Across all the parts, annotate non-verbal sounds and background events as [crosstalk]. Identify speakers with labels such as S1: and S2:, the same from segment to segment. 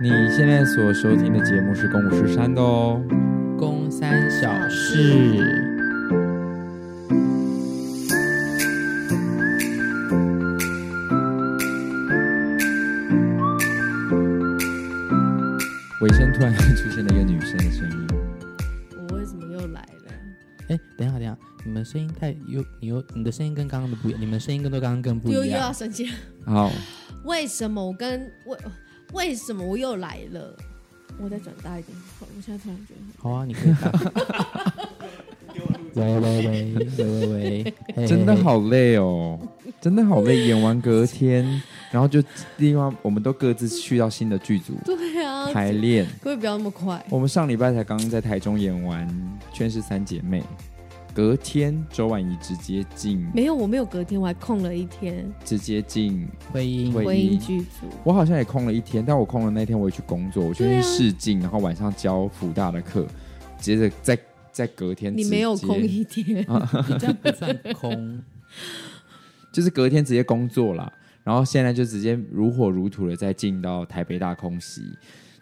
S1: 你现在所收听的节目是《公五十三》的哦。
S2: 公三小事。
S1: 尾声突然出现了一个女生的声音，
S3: 我为什么又来了？
S2: 哎，等一下，等一下，你们声音太又你又你的声音跟刚刚的不一样，你们声音跟都刚刚更不
S3: 又
S2: 一
S3: 又要
S2: 样。
S3: 生气了？
S1: 好，
S3: 为什么我跟为为什么我又来了？我再转大一点，好，我现在突然觉得很
S2: 好啊，你可以打。喂喂喂喂喂喂，嘿
S1: 真的。好累哦，真的好累。演完隔天，然后就另外我们都各自去到新的剧组
S3: 对啊，
S1: 排练。
S3: 各位不要那么快，
S1: 我们上礼拜才刚刚在台中演完《圈是三姐妹》，隔天周婉仪直接进
S3: 没有，我没有隔天，我还空了一天
S1: 直接进
S2: 回音
S1: 回
S3: 回
S1: 音
S3: 音剧组。
S1: 我好像也空了一天，但我空了那天我也去工作，我去
S3: 对啊
S1: 试镜，然后晚上教辅大的课，接着再再隔天
S3: 你
S1: 直
S3: 没有
S1: 接
S3: 空一天，
S2: 你这样不算空。
S1: 就是隔天直接工作啦，然后现在就直接如火如荼的再进到台北大空袭。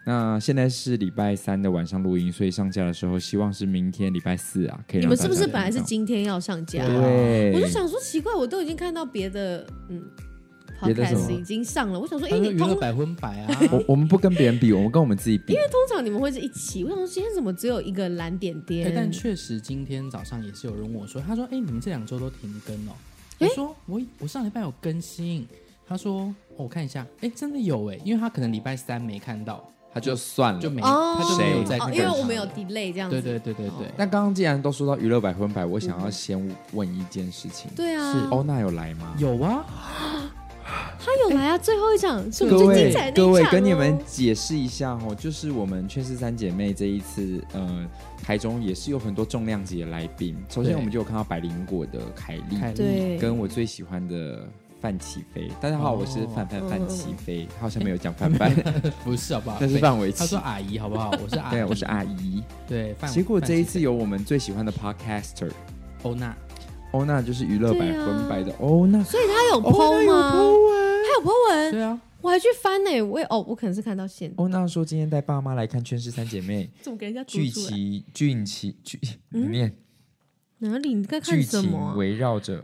S1: 那现在是礼拜三的晚上录音，所以上架的时候希望是明天礼拜四啊，可以
S3: [laughs] 你
S1: 让
S3: 们
S1: 大
S3: 是不
S1: 家
S3: 是
S1: 听
S3: 本来是
S1: 到
S3: 今天要上架？
S2: 哦
S1: 对，
S3: 我就想说奇怪，我都已经看到别的嗯
S1: 别的什么
S3: ，podcast 已经上了，我想说，
S2: 他
S3: 哎、
S2: 说
S3: 你
S2: 娱
S3: 通
S2: 乐百分百啊，
S1: 我我们不跟别人比，我们跟我们自己比。
S3: 通常你们会是一起，我想说今天怎么只有一个蓝点
S2: 哎
S3: 点？
S2: 但确实今天早上也是有人问我说，他说：“哎、你们这两周都停更哦。”我
S3: 哎
S2: 说：“我我上礼拜有更新。”他说：“哦，我看一下，哎、真的有哎，因为他可能礼拜三没看到，
S1: 他就算了，
S2: 就没、
S3: 哦，
S2: 他就没有再去
S3: 哦
S2: 更
S3: 因
S2: 新
S3: 为
S2: 了。
S3: 我们有 delay 这样子。
S2: 对对对对对，
S1: 那刚刚既然都说到娱乐百分百，我想要先问一件事情。
S3: 对啊，
S2: 是
S1: 欧娜有来吗？
S2: 有啊，
S3: 他有来啊，最后一场是我
S1: 各
S3: 们最
S1: 位
S3: 精彩的那一场、哦、
S1: 各位，跟你们解释一下哦，就是我们圈氏三姐妹这一次，呃，台中也是有很多重量级的来宾。首先，
S2: 对
S1: 我们就有看到百灵果的凯莉，
S2: 凯莉
S3: 对 [laughs]
S1: 跟我最喜欢的范起飞。大家好，
S2: 哦
S1: 我是范范
S3: 嗯
S1: 范
S3: 嗯
S1: 起飞，他好像没有讲范
S3: [laughs]
S1: 范，
S2: 不是好不好？
S1: 那是
S2: 对
S1: 范玮
S2: 他
S1: 琪
S2: 说。阿姨好不好？我是阿姨，
S1: 对，我是阿姨。
S2: 对。范
S1: 结果这一次
S2: 范
S1: 有我们最喜欢的
S3: 啊
S1: podcaster
S2: 琪欧娜，
S1: 欧娜，就是娱乐百
S3: 对啊
S1: 分百的欧娜。哦
S3: 所以他有
S1: 欧娜
S3: PO
S1: 有啊
S3: 吗？
S1: po 文
S3: 他有 po 文，
S2: 对啊，
S3: 我还去翻呢、我也哦，我可能是看到现，
S1: 欧娜说今天带爸妈来看圈氏三姐妹，
S3: 怎么给人家读
S1: 聚
S3: 出来？嗯
S1: 集聚集聚，你念。
S3: 哪里？你在看
S1: 剧
S3: 什么啊
S1: 情？围绕着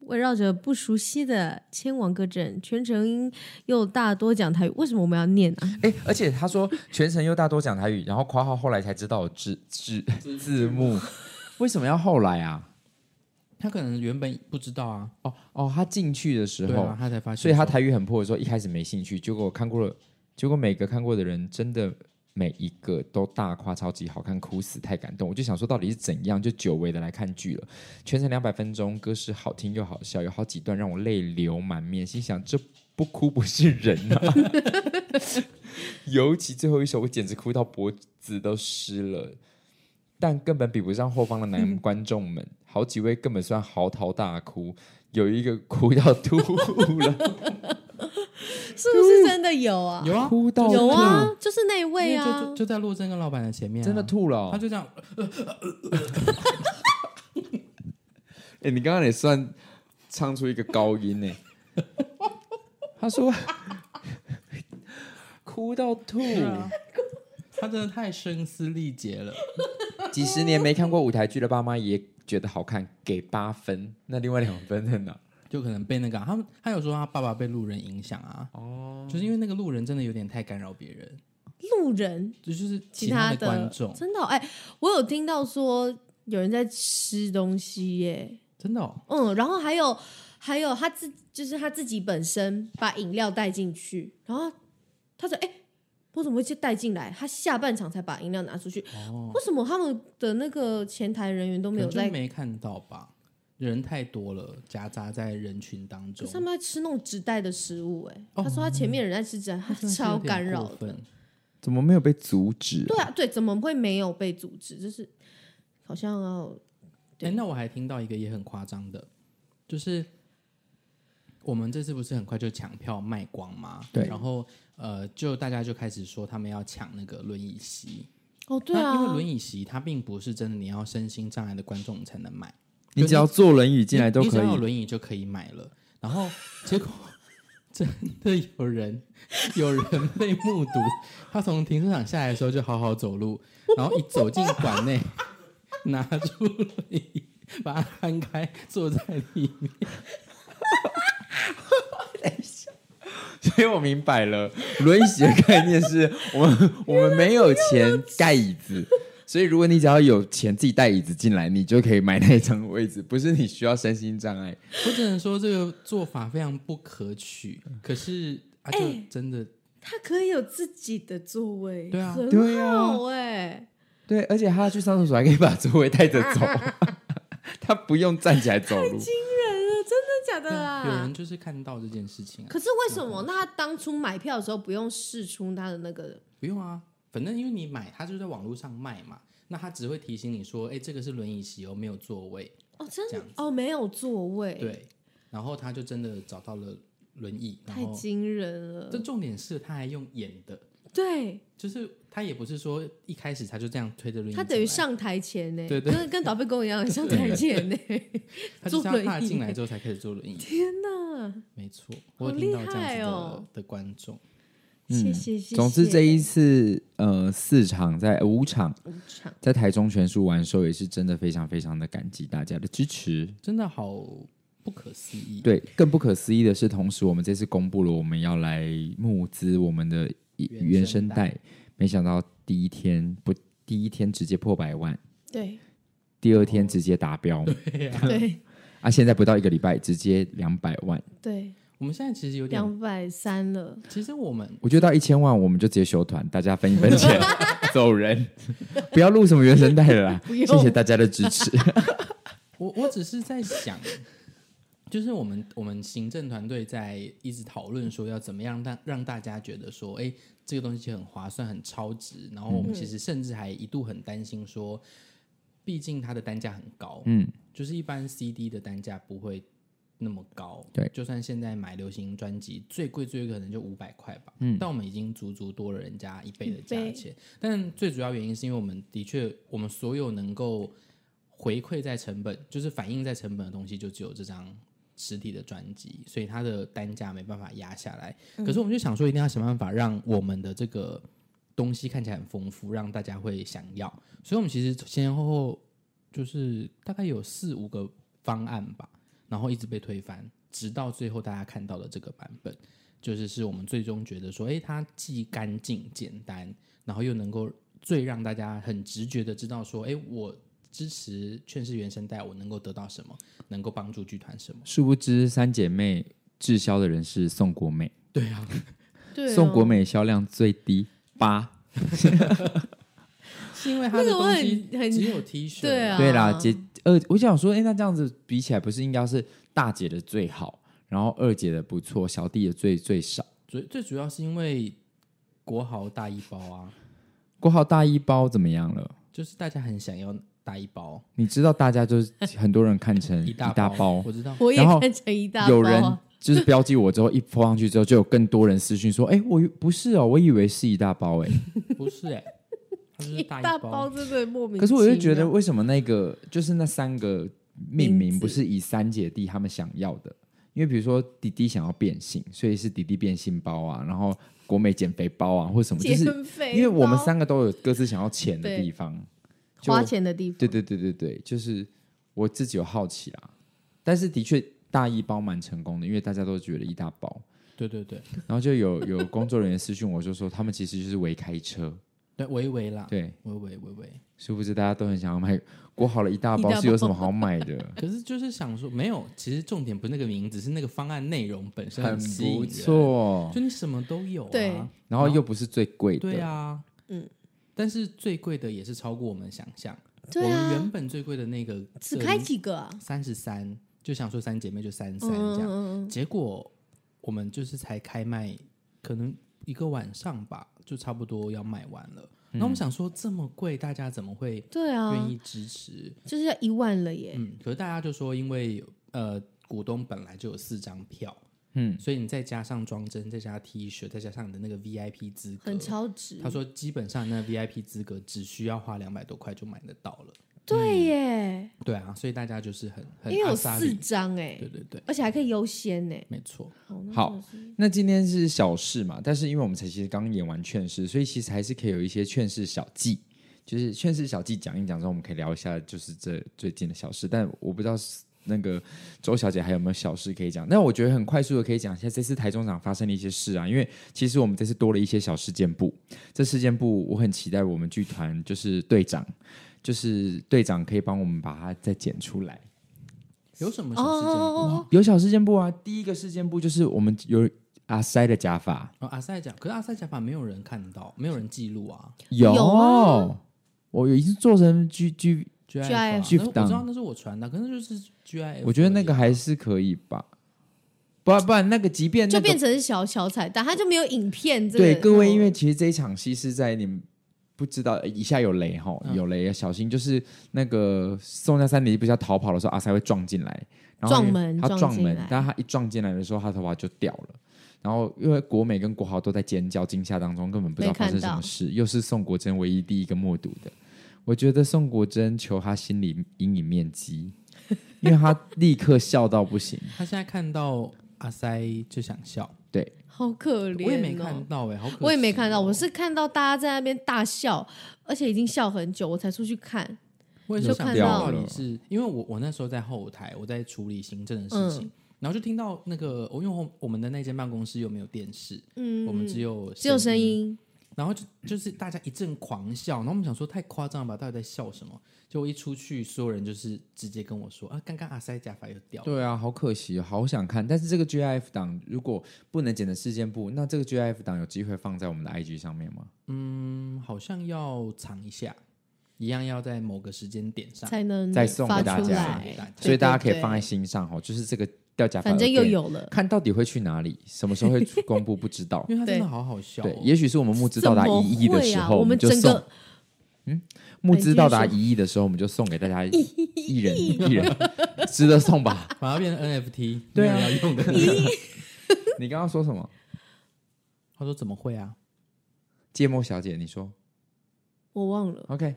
S3: 围绕着不熟悉的千王歌阵，全程又大多讲台语，为什么我们要念啊？
S1: 哎、而且他说全程又大多讲台语，然后括号后来才知道有字字字幕，为什么要后来啊？
S2: 他可能原本不知道啊，
S1: 哦哦，他进去的时
S2: 对
S1: 候，
S2: 啊，他才发现说，
S1: 所以他台语很破的时候，一开始没兴趣，结果我看过了，结果每个看过的人真的。每一个都大夸超级好看，哭死，太感动！我就想说，到底是怎样？就久违的来看剧了，全程两百分钟，歌是好听又好笑，有好几段让我泪流满面，心想这不哭不是人啊！ [laughs] 尤其最后一首，我简直哭到脖子都湿了，但根本比不上后方的男观众们，好几位根本算嚎啕大哭，有一个哭到吐了，
S3: 是不是真的有啊？
S2: 有啊，
S1: 哭到
S3: 有
S1: 吐，
S3: 啊，就是那一位
S2: 因为就
S3: 啊
S2: 就，就在洛正跟老板的前面啊，
S1: 真的吐了哦、
S2: 他就这样，
S1: 哎、你刚刚也算唱出一个高音呢、 [laughs] 他 [laughs] 说哭到吐，
S2: 对啊，他真的太声嘶力竭了。
S1: 几十年没看过舞台剧的爸妈也觉得好看，给八分。那另外两分在哪？
S2: 就可能被那个啊、他们，他有说他爸爸被路人影响啊，哦，就是因为那个路人真的有点太干扰别人，
S3: 路人
S2: 这就是
S3: 其
S2: 他
S3: 的
S2: 观众，
S3: 真的哦哎、我有听到说有人在吃东西耶，
S2: 真的、哦，
S3: 嗯，然后还有还有他自就是他自己本身把饮料带进去，然后他说哎、我怎么会去带进来？他下半场才把饮料拿出去，为什么他们的那个前台人员都
S2: 可
S3: 没有
S2: 能哦就
S3: 在？
S2: 没看到吧，人太多了，夹杂在人群当
S3: 可
S2: 中
S3: 是，他们在吃那种纸袋的食物、哎、他说他前面人在吃纸袋，他
S2: 真的是
S3: 超
S2: 有点
S3: 干扰
S2: 过
S3: 的。
S2: 分。
S1: 怎么没有被阻止？
S3: 对啊，对，怎么会没有被阻止？就是好像要
S2: 哎、那我还听到一个也很夸张的，就是我们这次不是很快就抢票卖光吗？
S1: 对
S2: 然后呃，就大家就开始说他们要抢那个轮椅席，
S3: 哦，对
S2: 那因为
S3: 啊，
S2: 轮椅席它并不是真的你要身心障碍的观众才能买。
S1: 你只要坐轮椅进来都
S2: 你只
S1: 可
S2: 要有
S1: 以。
S2: 轮椅就可以买了。然后结果真的有人，有人被目睹，他从停车场下来的时候就好好走路，然后一走进馆内，拿出了一把它摊开，坐在里面。
S1: 所以我明白了，轮椅的概念是我们我们没有钱盖椅子，所以如果你只要有钱自己带椅子进来，你就可以买那一张位置，不是你需要身心障碍。
S2: 我只能说这个做法非常不可取，可是啊，就真的、
S3: 他可以有自己的座位，
S2: 对啊
S1: 对
S3: 很
S1: 啊
S3: 好哎、
S1: 对，而且他要去上厕所还可以把座位带着走，啊 [laughs] 他不用站起来走路。
S3: 人了，真的假啊的啦？
S2: 啊有人就是看到这件事情啊，
S3: 可是为什么？那他当初买票的时候不用试出他的那个？
S2: 不用啊，反正因为你买，他就在网络上卖嘛，那他只会提醒你说，哎、这个是轮椅席哦，没有座位，
S3: 哦，真
S2: 这
S3: 的
S2: 样子
S3: 哦，没有座位，，
S2: 对，然后他就真的找到了轮椅，然
S3: 太
S2: 后
S3: 惊人了
S2: 这。重点是他还用演的，
S3: 对
S2: 就是他也不是说一开始他就这样推着轮椅进
S3: 他
S2: 来，
S3: 等于上台前呢，
S2: 对对
S3: 跟跟导背公一样上台前欸呢。
S2: 他就是
S3: 坐
S2: 要
S3: 轮
S2: 踏
S3: 椅
S2: 进来之后才开始坐轮椅，
S3: 天哪，
S2: 没错，我
S3: 好
S2: 有听
S3: 厉
S2: 到这样子
S3: 害
S2: 的、
S3: 哦
S2: 的观众，
S3: [laughs] 谢谢谢谢。
S1: 总之这一次呃四场在呃五场
S3: 五场
S1: 在台中全书完售，也是真的非常非常的感激大家的支持。
S2: 真的好不可思议，
S1: 对，更不可思议的是，同时我们这次公布了我们要来募资我们的一
S2: 原
S1: 原
S2: 声
S1: 声带，没想到第一天不，第一天直接破百万，
S3: 对
S1: 第二天直接达标，
S3: 哦对
S1: 啊，现在不到一个礼拜直接两百万，
S3: 对，
S2: 我们现在其实有点，
S3: 两百三了，
S2: 其实我们
S1: 我觉得到一千万我们就直接休团，大家分一分
S3: [laughs]
S1: 钱走人，不要录什么原声带了啦，
S3: [laughs] 不
S1: 谢
S3: 用
S1: 谢大家的支
S3: [laughs]
S1: 持。
S2: 我我只是在想， [laughs] 就是我们我们行政团队在一直讨论说要怎么样让让大家觉得说，哎、这个东西很划算、很超值。然后我们其实甚至还一度很担心说，毕竟它的单价很高，
S1: 嗯，
S2: 就是一般 CD 的单价不会那么高，
S1: 对
S2: 就算现在买流行专辑，最贵最贵可能就五百块吧，嗯，但我们已经足足多了人家一倍的价
S3: 一
S2: 钱。但最主要原因是因为我们的确，我们所有能够回馈在成本，就是反映在成本的东西，就只有这张。实体的专辑，所以它的单价没办法压下来。可是我们就想说，一定要想办法让我们的这个东西看起来很丰富，让大家会想要。所以我们其实前前后后就是大概有四五个方案吧，然后一直被推翻，直到最后大家看到的这个版本，就是是我们最终觉得说，诶，它既干净简单，然后又能够最让大家很直觉的知道说，诶，我支持劝世原声带，我能够得到什么，能够帮助剧团什么。
S1: 殊不知三姐妹滞销的人是宋国美，
S2: 对啊，
S3: 对哦，
S1: 宋国美销量最低八。
S2: 是因为它的
S3: 那个我
S2: 东
S3: 很
S2: 西
S3: 很
S2: 只有 T 恤，
S3: 对啊
S1: 对啦，姐，二，我想说，哎、那这样子比起来，不是应该是大姐的最好，然后二姐的不错，小弟的最最少。
S2: 最最主要是因为国豪大一包啊，
S1: 国豪大一包怎么样了？
S2: 就是大家很想要大一包，
S1: 你知道，大家就是很多人看成
S2: 一大
S1: 包，
S2: 我知道。
S3: 我也
S1: 然后
S3: 看成一大包啊
S1: 有人就是标记我之后一泼上去之后，就有更多人私讯说，哎、我不是哦，我以为是一大包哎、
S2: 不是哎、它就是
S3: 一
S2: 大
S3: 大包
S2: 包，
S3: 真的莫名其妙，
S1: 可是我就觉得，为什么那个就是那三个命
S3: 名
S1: 名
S3: 字
S1: 不是以三姐弟他们想要的？因为比如说弟弟想要变性，所以是弟弟变性包啊，然后国美减肥包啊，或什么，就
S3: 减
S1: 是
S3: 肥
S1: 因为我们
S3: 包
S1: 三个都有各自想要钱的
S3: 对
S1: 地方，就
S3: 花钱的地方，
S1: 对对对对对，就是我自己有好奇啦，但是的确大一包蛮成功的，因为大家都觉得一大包，
S2: 对对对
S1: 然后就
S3: [laughs]
S1: 有有工作人员私讯我就说他们其实就是围开车，
S2: 对，维维啦，
S1: 对，
S2: 维维维维。
S1: 殊不知大家都很想要
S3: [laughs]
S1: 买裹好了一大
S3: 一
S1: 包
S3: 大
S1: 是有
S3: 包
S1: 什么好买的？
S2: 可是就是想说，没有，其实重点不是那个名字，是那个方案内容本身
S1: 很
S2: 吸引
S1: 不
S2: 人，
S1: 错，
S2: 就你什么都有、啊，
S3: 对
S1: 然后又不是最贵的，
S2: 对啊，
S3: 嗯。
S2: 但是最贵的也是超过我们想象，
S3: 对
S2: 我们
S3: 啊
S2: 原，本最贵的那个
S3: 只开几个啊？
S2: 三十三，就想说三姐妹就三三
S3: 嗯
S2: 这样，
S3: 嗯，嗯
S2: 结果我们就是才开卖，可能一个晚上吧，就差不多要卖完了。那、我们想说这么贵，大家怎么会
S3: 对
S2: 愿
S3: 啊，
S2: 意支持？
S3: 就是要一万了耶，
S2: 嗯，可是大家就说，因为呃，股东本来就有四张票，
S1: 嗯，
S2: 所以你再加上装帧，再加上 T 恤，再加上你的那个 VIP 资格
S3: 很，超值
S2: 他。说基本上那 VIP 资格只需要花两百多块就买得到了。
S1: 嗯
S3: 对耶，
S2: 对啊，所以大家就是很很
S3: 因为有
S2: 阿萨
S3: 四
S2: 里，
S3: 张哎
S2: 对，对对，
S3: 而且还可以优先呢。
S2: 没错，
S3: 哦那
S1: 好
S3: 真的是
S1: 那今天是小事嘛，但是因为我们才其实刚演完劝世，所以其实还是可以有一些劝世小记，就是劝世小记讲一讲之后，我们可以聊一下就是这最近的小事。但我不知道是那个周小姐还有没有小事可以讲，但我觉得很快速的可以讲一下这次台中场发生的一些事啊，因为其实我们这次多了一些小事件部，这事件部我很期待我们剧团就是队长，就是队长可以帮我们把它再剪出来。
S2: 有什么
S3: 哦
S2: 小事
S3: 哦
S2: 情？
S3: 哦
S2: 哦
S3: 哦，
S1: 有小事件部啊，第一个事件部就是我们有阿塞的假
S3: 哦
S1: 发。
S2: 哦阿塞讲，可是阿塞讲法没有人看到，没有人记录啊。
S1: 有，
S3: 有啊
S1: 我已经做成 G G，
S2: GIF，
S3: GIF
S2: 啊
S1: GIF
S2: 那我
S1: 档
S2: 知道那是我传的，可是就是 GIF。
S1: 我觉得那个还是可以吧。不然不然，那个即便、那
S3: 就
S1: 个、
S3: 变成是小小彩蛋，它就没有影片这个。
S1: 对各位，
S3: 哦
S1: 因为其实这一场戏是在你们不知道呃以下有雷哈，
S3: 嗯
S1: 有雷要小心，就是那个宋家三里不是要逃跑的时候，阿塞会撞进来，然后因为
S3: 撞门
S1: 他
S3: 撞
S1: 撞
S3: 进
S1: 门
S3: 来，
S1: 但他一撞进来的时候，他头发就掉了。然后，因为国美跟国豪都在尖叫惊吓当中，根本不知道
S3: 没
S1: 发
S3: 看
S1: 生什么
S3: 到
S1: 事。又是宋国珍唯一第一个默读的，我觉得宋国珍求他心理阴影面积，因为他立刻笑到不行。
S2: 他现在看到阿塞就想笑，
S1: 对，
S3: 好可怜，
S2: 我也没看，到哎，好可惜哦
S3: 我也没看到，我是看到大家在那边大笑，而且已经笑很久，我才出去看。
S2: 我也是
S3: 就
S2: 想
S3: 看
S2: 知道
S1: 到
S2: 到
S1: 了
S2: 底是因为我我那时候在后台，我在处理行政的事
S3: 嗯
S2: 情，然后就听到那个我因为我我们的那间办公室又没有电视，
S3: 嗯，
S2: 我们只有
S3: 只有声音，
S2: 然后就就是大家一阵狂笑，然后我们想说太夸张了吧，到底在笑什么？就我一出去，所有人就是直接跟我说啊，刚刚阿塞假发又掉了。
S1: 对啊，好可惜，好想看。但是这个 GIF 档如果不能剪的事件部，那这个 GIF 档有机会放在我们的 IG 上面吗？
S2: 嗯，好像要藏一下，一样要在某个时间点上。
S3: 才能
S1: 再送
S3: 发
S1: 给大
S3: 出
S1: 家
S3: 来
S2: 对，
S1: 所以大家可以
S3: 对
S1: 放在，心上哦，就是这个掉假
S3: 对
S1: 发，
S3: 反正又。有了。
S1: 看到底会去哪里，什么时候会 [laughs] 出公布不知
S3: [laughs]
S1: 道。
S2: 因为他真的
S3: 对
S2: 好好笑、哦，
S1: 对，也许是我们募资到达
S3: 怎么
S1: 一亿的
S3: 会
S1: 时
S3: 啊
S1: 候，
S3: 我
S1: 们
S3: 们
S1: 就
S3: 整
S1: 送
S3: 个
S1: 募资到达
S3: 哎继
S1: 一亿的时候，我们就送给
S3: [laughs]
S1: 大家一人一人，值得送吧？ [laughs]
S2: 反而变成 NFT，
S1: 对啊
S2: 没有人要用的。
S1: 你刚刚说什么？
S2: 他说怎么会啊？
S1: 芥末小姐，你说
S3: 我忘了，
S1: OK？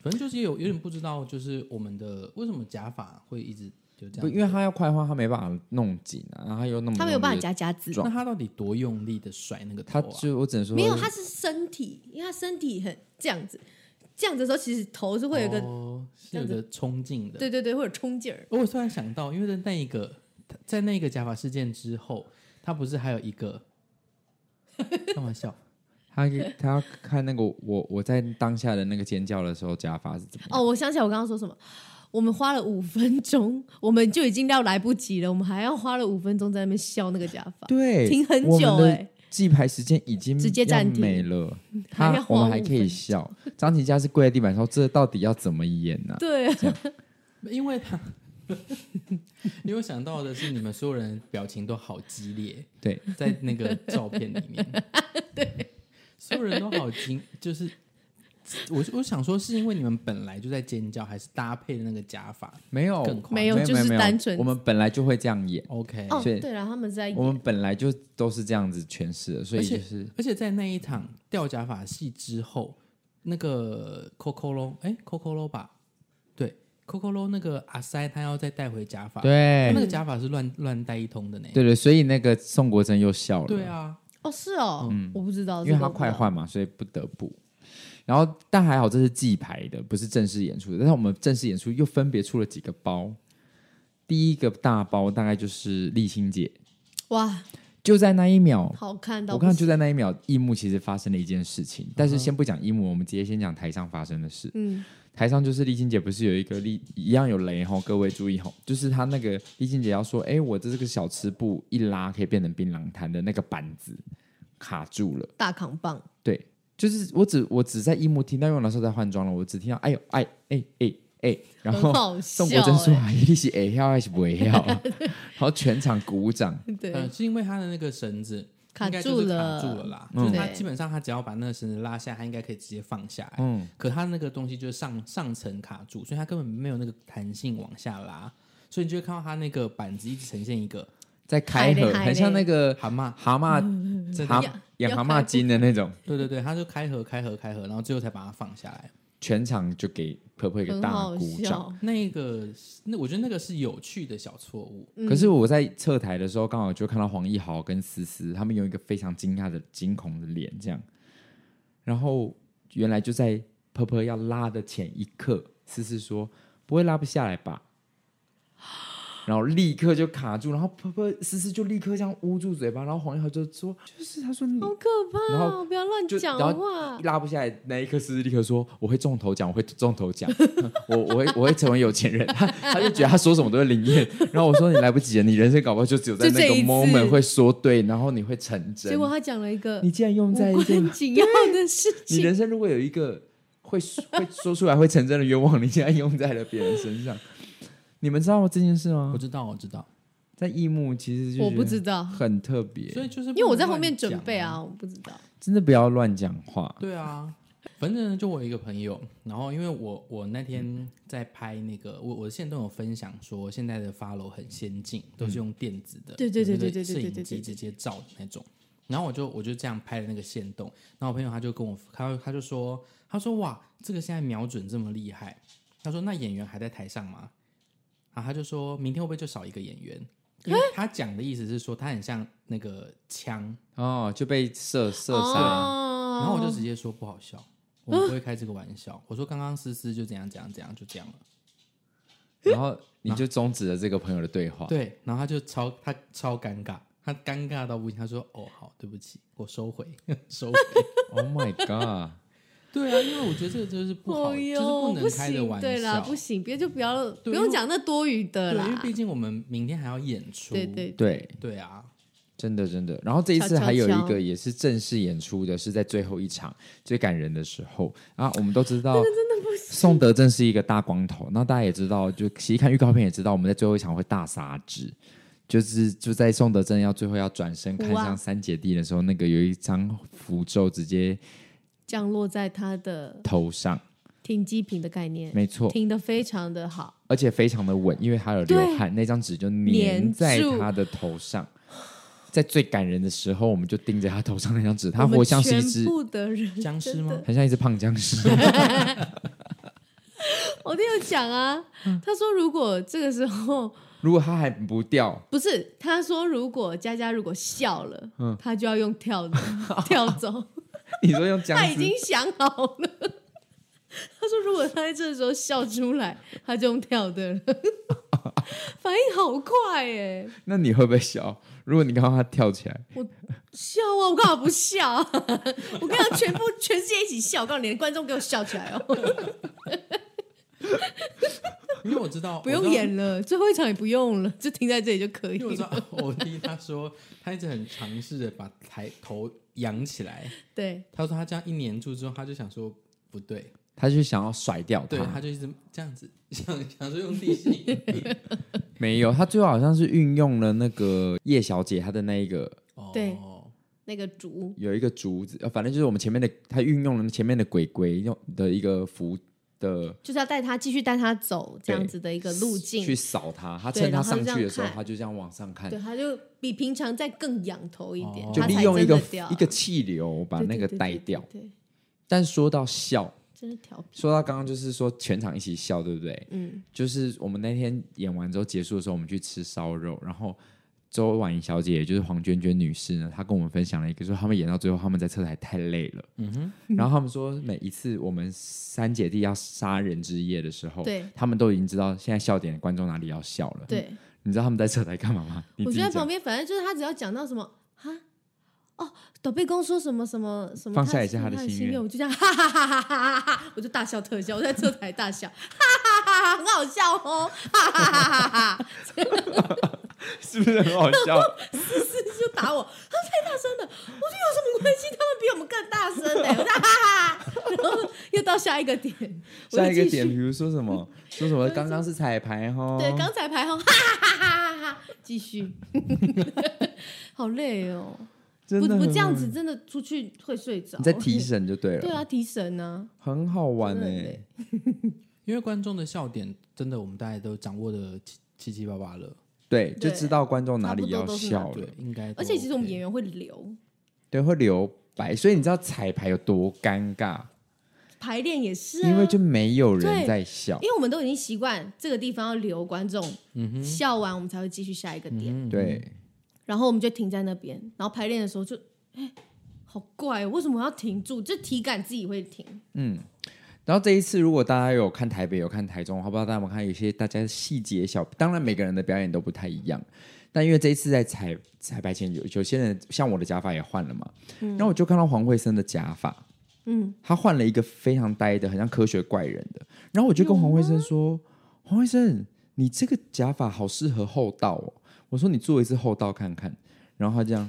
S2: 反正就是有有点不知道，就是我们的为什么假发会一直就这
S1: 不，
S2: 样？
S1: 因为他要快的话，他没办法弄紧啊，然后他又那么
S3: 他没有
S1: 用
S3: 办法
S1: 力地
S3: 夹夹子，
S1: 撞
S2: 那他到底多用力的甩那个头
S1: 他
S2: 啊？
S1: 就我只能说
S3: 没有，他是身体，因为他身体很这样子，这样子的时候其实头是会有一个，
S2: 哦、是有一个冲劲的。
S3: 对对对，会有冲劲儿。
S2: 哦，我突然想到，因为在那一个在那个假发事件之后，他不是还有一个干嘛笑？
S1: 他他要看那个我我在当下的那个尖叫的时候，假发是怎么样？
S3: 哦，我想起来我刚刚说什么，我们花了五分钟，我们就已经要来不及了，我们还要花了五分钟在那边削那个假发，
S1: 对，
S3: 哦停很
S1: 我
S3: 久
S1: 们的
S3: 哎、
S1: 记牌时间已经
S3: 直接
S1: 要
S3: 暂停
S1: 没了， [laughs] 他
S3: 还要
S1: 我们
S3: 花
S1: 还
S3: 五
S1: 可以
S3: 分
S1: 笑。张琪佳是跪在地板上说：“这到底要怎么演啊呢、
S3: 对，
S2: [laughs] 因为他，因为我想到的是你们所有人表情都好激烈，
S1: 对，
S2: 在那个照片里面， [laughs] 对，所有人都好惊，就是我我想说，是因为你们本来就在尖叫，还是搭配的那个假发
S1: 没有，
S2: 更夸张
S3: 没有就是
S1: 没有
S3: 单纯
S1: 我们本来就会这样演，
S2: ？OK，、
S3: 哦，
S1: 所以
S3: 对了，他们是在
S1: 我们本来就都是这样子诠释的，所以
S2: 而且
S1: 就是
S2: 而且在那一场掉假发戏之后，那个 Coco 咯，哎，Coco 咯吧，对，Coco 咯，那个阿塞他要再带回假发，他
S1: 对
S2: 那个假发是乱乱带一通的呢，
S1: 对对，所以那个宋国珍又笑了，
S2: 对啊，
S3: 哦是哦，我不知道，
S1: 嗯因为他快
S3: 换。
S1: 换嘛，所以不得不。然后，但还好这是记牌的，不是正式演出的。但是我们正式演出又分别出了几个包，第一个大包大概就是立新姐，
S3: 哇，
S1: 就在那一秒，
S3: 好看到
S1: 我
S3: 不行！
S1: 看就在那一秒，一幕其实发生了一件事情。但是先不讲一幕，我们直接先讲台上发生的事。
S3: 嗯，
S1: 台上就是丽晶姐，不是有一个丽一样有雷吼，各位注意吼，就是她那个丽晶姐要说，哎、我的这个小吃部一拉可以变成槟榔摊的那个板子卡住了。
S3: 大扛棒，
S1: 对，就是我只我只在一幕听到用老师在换装了，我只听到哎呦哎哎哎哎，然
S3: 很
S1: 后
S3: 好笑、
S1: 宋
S3: 欸。
S1: 国珍说啊，一定是哎跳还是不会跳，啊
S3: [laughs]
S1: 然后全场鼓掌。
S3: 对
S2: 嗯，，是因为他的那个绳子
S3: 卡
S2: 应该就
S3: 住
S2: 是
S3: 了，
S2: 卡住了啦，
S1: 嗯
S2: 就是他
S3: 对
S2: 基本上他只要把那个绳子拉下，他应该可以直接放下来。
S1: 嗯，
S2: 可他那个东西就是上上层卡住，所以他根本没有那个弹性往下拉，所以你就会看到他那个板子一直呈现一个
S1: 在开
S3: 嗨嘞
S1: 合，
S3: 嗨嘞嗯
S1: 很像那个
S2: 蛤蟆，
S1: 蛤蟆
S2: 真的
S1: 蛤
S3: 要
S1: 养
S3: 要
S1: 蛤
S3: 开
S1: 蟆
S3: 不
S1: 精的那种，
S2: 对对对，他就开合开合开合，然后最后才把它放下来。
S1: 全场就给婆婆一个
S3: 很
S1: 大
S3: 好
S1: 鼓掌。
S3: 笑。
S2: 那个那我觉得那个是有趣的小错误，
S3: 嗯
S1: 可是我在侧台的时候，刚好就看到黄奕豪跟思思他们用一个非常惊讶的惊恐的脸这样，然后原来就在婆婆要拉的前一刻，思思说不会拉不下来吧，然后立刻就卡住，然后婆婆思思就立刻这样捂住嘴巴，然后黄奕豪就说就是他说你
S3: 好可怕
S1: 然
S3: 哦！
S1: 后
S3: 不要乱
S1: 就
S3: 讲
S1: 然后
S3: 话
S1: 一。拉不下来那一刻，思思立刻说我会中头奖，我会中头奖， [laughs] 我我会我会成为有钱人。他他就觉得他说什么都会灵验，然后我说你来不及了，你人生搞不好就只有在
S3: 就这
S1: 那个
S3: 一次
S1: moment 会说对，然后你会成真。
S3: 结果他讲了一个
S1: 你竟然用
S3: 无
S1: 在一件
S3: 关紧要的事
S1: 你
S3: 情，
S1: 人生如果有一个会会说出来会成真的愿望，你竟然用在了别人身上，你们知道这件事吗
S2: 我？知道我知道，
S1: 在异幕其实就
S3: [laughs] 我不
S1: 觉
S3: 知
S1: 得
S3: 道，
S1: 很特别，
S2: 所以就是
S3: 因为我在
S2: 不
S3: 后
S2: 能乱
S3: 面准备
S2: 讲
S3: 啊，我不知道。
S1: 真的不要乱讲话。
S2: 对啊，反正呢就我有一个朋友，然后因为我我那
S3: 嗯
S2: 天在拍那个，我我现在都有分享说，现在的 follow 很先进，都是用电子的，
S3: 嗯对对对
S2: 有那个
S3: 对对对
S2: 摄
S3: 对
S2: 影
S3: 对对
S2: 机
S3: 对
S2: 直接照的那种。然后我就我就这样拍了那个线动，然后我朋友他就跟我他他就说他说哇这个现在瞄准这么厉害，他说那演员还在台上吗？啊他就说明天会不会就少一个演员？因为他讲的意思是说他很像那个枪，
S1: 哦，就被射射杀。
S3: 哦，
S2: 然后我就直接说不好笑，我们不会开这个玩笑。我说刚刚思思就怎样怎样怎样就这样了。
S1: 然后你就终止了这个朋友的对话。
S2: 对，然后他就超他超尴尬，他尴尬到不行。他说哦好，对不起，我收回 [laughs] 收
S3: [laughs]
S2: 回。
S1: Oh my god！
S2: 对啊，因为我觉得这个就是不好，
S3: 哦
S2: 就
S3: 哟，
S2: 是能开的
S3: 行，
S2: 玩笑。
S3: 对啦，不行，别就不要不
S2: 对
S3: 用
S2: 因为
S3: 讲那多余的
S2: 对
S3: 啦
S2: 因为。毕竟我们明天还要演出。
S3: 对对，
S1: 对，
S2: 对啊，
S1: 真的真的。然后这一次
S3: 悄悄
S1: 还有一
S3: 悄
S1: 个也是正式演出的，是在最后一场最感人的时候啊。我们都知道，宋德正是一个大光头，那大家也知道，就其实看预告片也知道，我们在最后一场会大杀之。就是就在宋德正要最后要转身看
S3: 哭啊
S1: 向三姐弟的时候，那个有一张符咒直接
S3: 降落在他的
S1: 头上，
S3: 停机坪的概念，
S1: 没错，
S3: 停的非常的好。
S1: 而且非常的稳，因为他有流汗，那张纸就粘在他的头上。在最感人的时候，我们就盯着他头上那张纸，他
S3: 我们
S1: 活像是一
S3: 全
S1: 只，
S3: 部的人
S2: 僵尸吗
S3: 真的
S1: 很像一只胖僵
S3: [laughs]
S1: 尸。
S3: 我都有讲啊，他说如果这个时候
S1: 如果他还不掉，
S3: 不是，他说如果佳佳如果笑了，
S2: 嗯
S3: 他就要用
S2: [laughs]
S3: 跳的跳走，
S1: 你说用僵
S3: 他已
S1: 尸
S3: 经想好了。 [laughs] 他说如果他在这时候笑出来，他就用跳的了， [laughs] 反应好快耶、
S1: 那你会不会笑？如果你看到他跳起来，
S3: 笑啊！我干嘛不笑、啊？ [laughs] 我跟他全部 [laughs] 全世界一起笑，我告诉你，连观众给我笑起来
S2: [laughs]
S3: 哦！
S2: 因为我知道
S3: 不用。
S2: 我知道
S3: 演了，最后一场也不用了，就停在这里就可以
S2: 因为我知
S3: 了。
S2: 道，我听他说，他一直很尝试着把抬头扬起来。
S3: 对，
S2: 他说他这样一粘住之后，他就想说不对，
S1: 他就想要甩掉
S3: 啊
S2: 对，他
S1: 他。
S2: 就一直这样子， [laughs] 想想说用地心引力。
S1: 没有，他最后好像是运用了那个叶小姐她的那一个
S2: 哦
S3: [laughs] 对那个竹
S1: 有一个竹子，呃反正就是我们前面的，他运用了前面的鬼鬼用的一个符的
S3: 就是要带他继续带他走这样
S1: 对
S3: 子的一个路径
S1: 去，扫他。他
S3: 对
S1: 趁
S3: 然
S1: 他
S3: 后他
S1: 上
S3: 就这样
S1: 去的时候，
S3: 看
S1: 他就这样往上看
S3: 对，，他就比平常再更仰头一点，
S2: 哦
S1: 就
S3: 他
S1: 利
S3: 才
S1: 用一
S3: 真
S1: 个
S3: 的掉
S1: 一个气
S3: [laughs]
S1: 流把
S3: 对
S1: 那
S3: 对
S1: 个
S3: 对
S1: 带
S3: 对对
S1: 掉。
S3: 对，
S1: 但说到笑，
S3: 真的调皮，
S1: 说到刚刚就是说全场一起笑，对不对？
S3: 嗯，
S1: 就是我们那天演完之后结束的时候，我们去吃烧肉，然后周婉莹小姐，也就是黄娟娟女士呢，她跟我们分享了一个说，他们演到最后，他们在侧台太累了，嗯哼，然后他们说每一次我们三姐弟要杀人之夜的时候，
S3: 对
S1: 他们都已经知道现在笑点观众哪里要笑了，，
S3: 对。
S1: 你知道他们在侧台干嘛吗？你
S3: 我
S1: 自己
S3: 觉得
S1: 讲
S3: 旁边反正就是他只要讲到什么哈哦，抖贝公说什么什么什么，
S1: 放下一下
S3: 他
S1: 他的
S3: 的
S1: 心
S3: 心
S1: 愿
S3: 我就这样哈哈哈哈哈哈哈，我就大笑特笑，我在这台大笑，哈哈哈哈，很好笑哦，哈哈哈哈哈，
S1: [laughs] 是不是很好
S3: [laughs]
S1: 笑？
S3: 是就打我，他太大声了，我说有什么关系？他们比我们更大声呢、我就哈哈哈，然后又到下一个点，我
S1: 下
S3: 就
S1: 一个
S3: 继
S1: 点，比
S3: 续。
S1: 如说什么，说什么刚刚是彩排哈，
S3: 对，刚才排号，哈哈哈哈哈哈，继
S1: [laughs]
S3: 续， [laughs] 好累哦，
S1: 真
S3: 不
S1: 的
S3: 不
S1: 很
S3: 这样子，真的出去会睡着。
S1: 你在提神就对了，
S3: [laughs] 对啊，提神啊，
S1: 很好玩
S3: 真的
S1: 哎、
S3: 很累
S2: 因为观众的笑点真的我们大家都掌握的七七七八八了，
S1: 对，就
S3: 对
S1: 知道观众哪里要
S3: 差
S1: 笑了
S2: 对，，应该
S1: 哦
S2: 都 OK。
S3: 而且其实我们演员会流，
S1: 对，会留白，所以你知道彩排有多尴尬，
S3: 排练也是啊，
S1: 因为就没有人
S3: 对
S1: 在笑。
S3: 因为我们都已经习惯这个地方要留观众、
S1: 嗯
S3: 笑完，我们才会继续下一个点，
S1: 对，
S3: 然后我们就停在那边，然后排练的时候就，哎、好怪哦，为什么要停住？就体感自己会停，
S1: 然后这一次，如果大家有看台北，有看台中，好不好？大家有没有看有些大家的细节小，当然每个人的表演都不太一样。但因为这一次在彩彩排前，有有些人像我的假发也换了嘛，然后我就看到黄慧生的假发，嗯，他换了一个非常呆的，很像科学怪人的。然后我就跟黄慧生说：“黄慧生，你这个假发好适合厚道哦。”我说：“你做一次厚道看看。”然后他这样，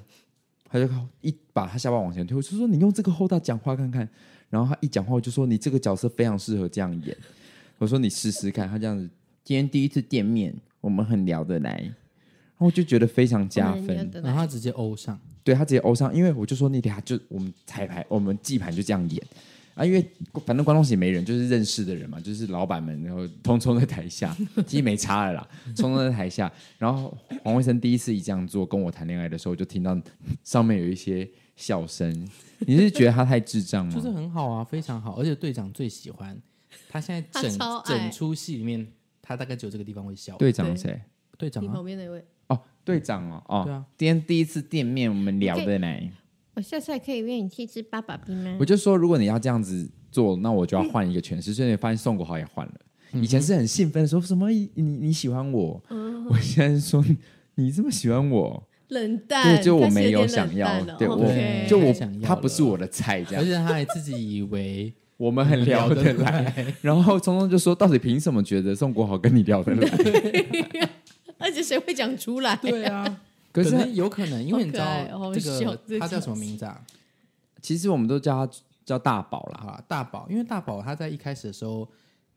S1: 他就一把他下巴往前推，我就说：“你用这个厚道讲话看看。”然后他一讲话，我就说你这个角色非常适合这样演。我说你试试看。他这样子，今天第一次见面，我们很聊得来，然后我就觉得非常加
S3: 我们也
S1: 分。啊
S3: 等
S2: 然后
S3: 待
S2: 他直接欧上，
S1: 对他直接欧上，因为我就说你等下就我们彩排，我们记盘就这样演啊，因为反正观众席没人，就是认识的人嘛，就是老板们，然后通通在台下，其实没差了啦，通通在台下。然后黄慧生第一次一这样做跟我谈恋爱的时候，我就听到上面有一些笑声。你是觉得他太智障吗？
S3: 嗯
S2: [laughs] 就是很好啊，非常好，而且队长最喜欢。他现在
S3: [laughs] 他
S2: 整
S3: 超爱
S2: 整出戏里面，他大概只有这个地方会笑。
S1: 队长
S3: 对
S1: 谁？
S2: 队长
S3: 你
S2: 啊
S3: 旁，边那位，
S1: 哦，队长哦，哦，
S2: 对啊，
S1: 今天第一次见面，我们聊得来。
S3: 我哦下次还可以约你去吃八宝冰吗
S1: 我？就说，如果你要这样子做，那我就要
S3: 嗯
S1: 换一个诠释。所以你发现宋国豪也换了，以前是很兴奋的说什么你你喜欢我，
S3: 嗯
S1: 我现在说你这么喜欢我，
S3: 冷淡，
S1: 对，就我
S3: 哎开始
S1: 没
S3: 有点
S1: 想
S3: 冷
S1: 要
S3: 淡，了哦
S1: 对我
S3: OK
S1: 就我
S2: 太想要了
S1: 他不是我的菜，这
S2: 而
S1: 样
S2: 且他还自己以
S1: [laughs]
S2: 为
S1: 我们很哎聊得来。
S2: 来，
S1: [laughs] 然后聪聪就说，到底凭什么觉得宋国豪跟你聊得来？
S3: 而且谁会讲出来？
S2: [laughs] 对
S3: [laughs]
S2: 啊，
S1: [laughs] 可是
S2: 能有可能，因为你知
S3: 好可爱
S2: 道
S3: 好
S2: 这
S3: 笑这
S2: 个他叫
S3: 集
S2: 什么名字啊？
S1: [laughs] 其实我们都叫他叫大宝啦，
S2: 好啦，大宝，因为大宝他在一开始的时候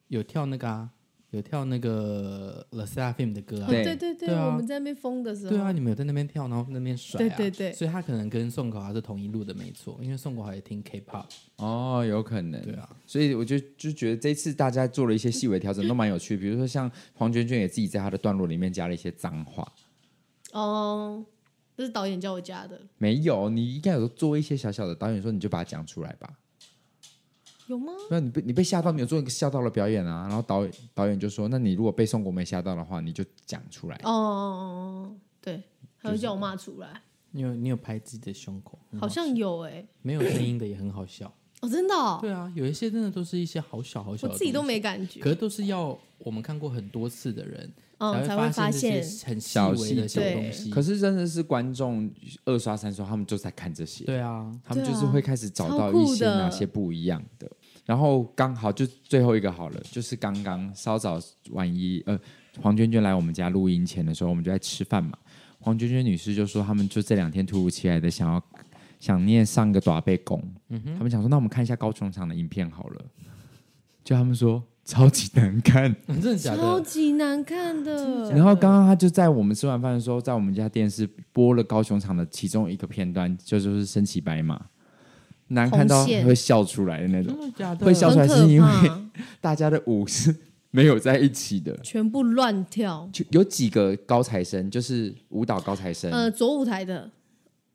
S2: 有跳那个啊，有跳那个 The s e r a p h i m 的歌啊
S3: 哦，
S1: 对
S3: 对对对，
S2: 对啊
S3: 我们在那边疯的时候，
S2: 对啊，你们有在那边跳，然后那边甩、啊，
S3: 哦对对对
S2: 所以他可能跟宋狗豪是同一路的，没错，因为宋狗豪也听 K-pop，
S1: 哦，有可能，
S2: 对啊，
S1: 所以我就就觉得这次大家做了一些细微调整，都蛮有趣的。比如说像黄娟娟也自己在她的段落里面加了一些脏话，
S3: 哦，这是导演叫我加的，
S1: 没有，你应该有做一些小小的。导演说你就把它讲出来吧。
S3: 有吗？
S1: 那你被你被吓到，你有做一个吓到的表演啊。然后导演导演就说，那你如果被宋国梅吓到的话，你就讲出来。
S3: 哦哦哦，哦对，还有叫我骂出来，
S2: 你有你有拍自己的胸口，很
S3: 好像有哎、
S2: 没有声音的也很好笑，
S3: 哦，真的、哦，
S2: 对啊，有一些真的都是一些好小好小
S3: 我
S2: 的，
S3: 自己都，没感觉
S2: 可，是都是要我们看过很多次的人、
S3: 嗯，才
S2: 才
S3: 会
S2: 发
S3: 发现
S2: 这。些很细
S1: 小细
S2: 微的小
S3: 节
S2: 东西，
S1: 可是真的是观众二刷三刷，他们就在看这些。
S2: 对啊，
S1: 他们
S3: 对
S1: 就
S3: 啊
S1: 是会开始找到
S3: 超
S1: 一
S3: 酷
S1: 些
S3: 的
S1: 哪些不一样的。然后刚好就最后一个好了，就是刚刚稍早婉一呃黄娟娟来我们家录音前的时候，我们就在吃饭嘛。黄娟娟女士就说，他们就这两天突如其来的想要想念上个短背功，
S3: 嗯
S1: 他们想说那我们看一下高雄场的影片好了，就他们说超级难看。
S2: 真的假
S3: 超
S2: 的？
S3: 级难看的，
S1: 然后刚刚他就在我们吃完饭的时候，在我们家电视播了高雄场的其中一个片段，就就是身骑白马，难看到
S3: 红线
S1: 会笑出来的那种
S2: 真。的假的？
S1: 会笑
S3: 很
S1: 出来
S3: 可
S1: 是因为
S3: 怕，
S1: 大家的舞是没有在一起的，
S3: 全部乱跳。
S1: 就有几个高材生，就是舞蹈高材生，
S3: 呃，左舞台的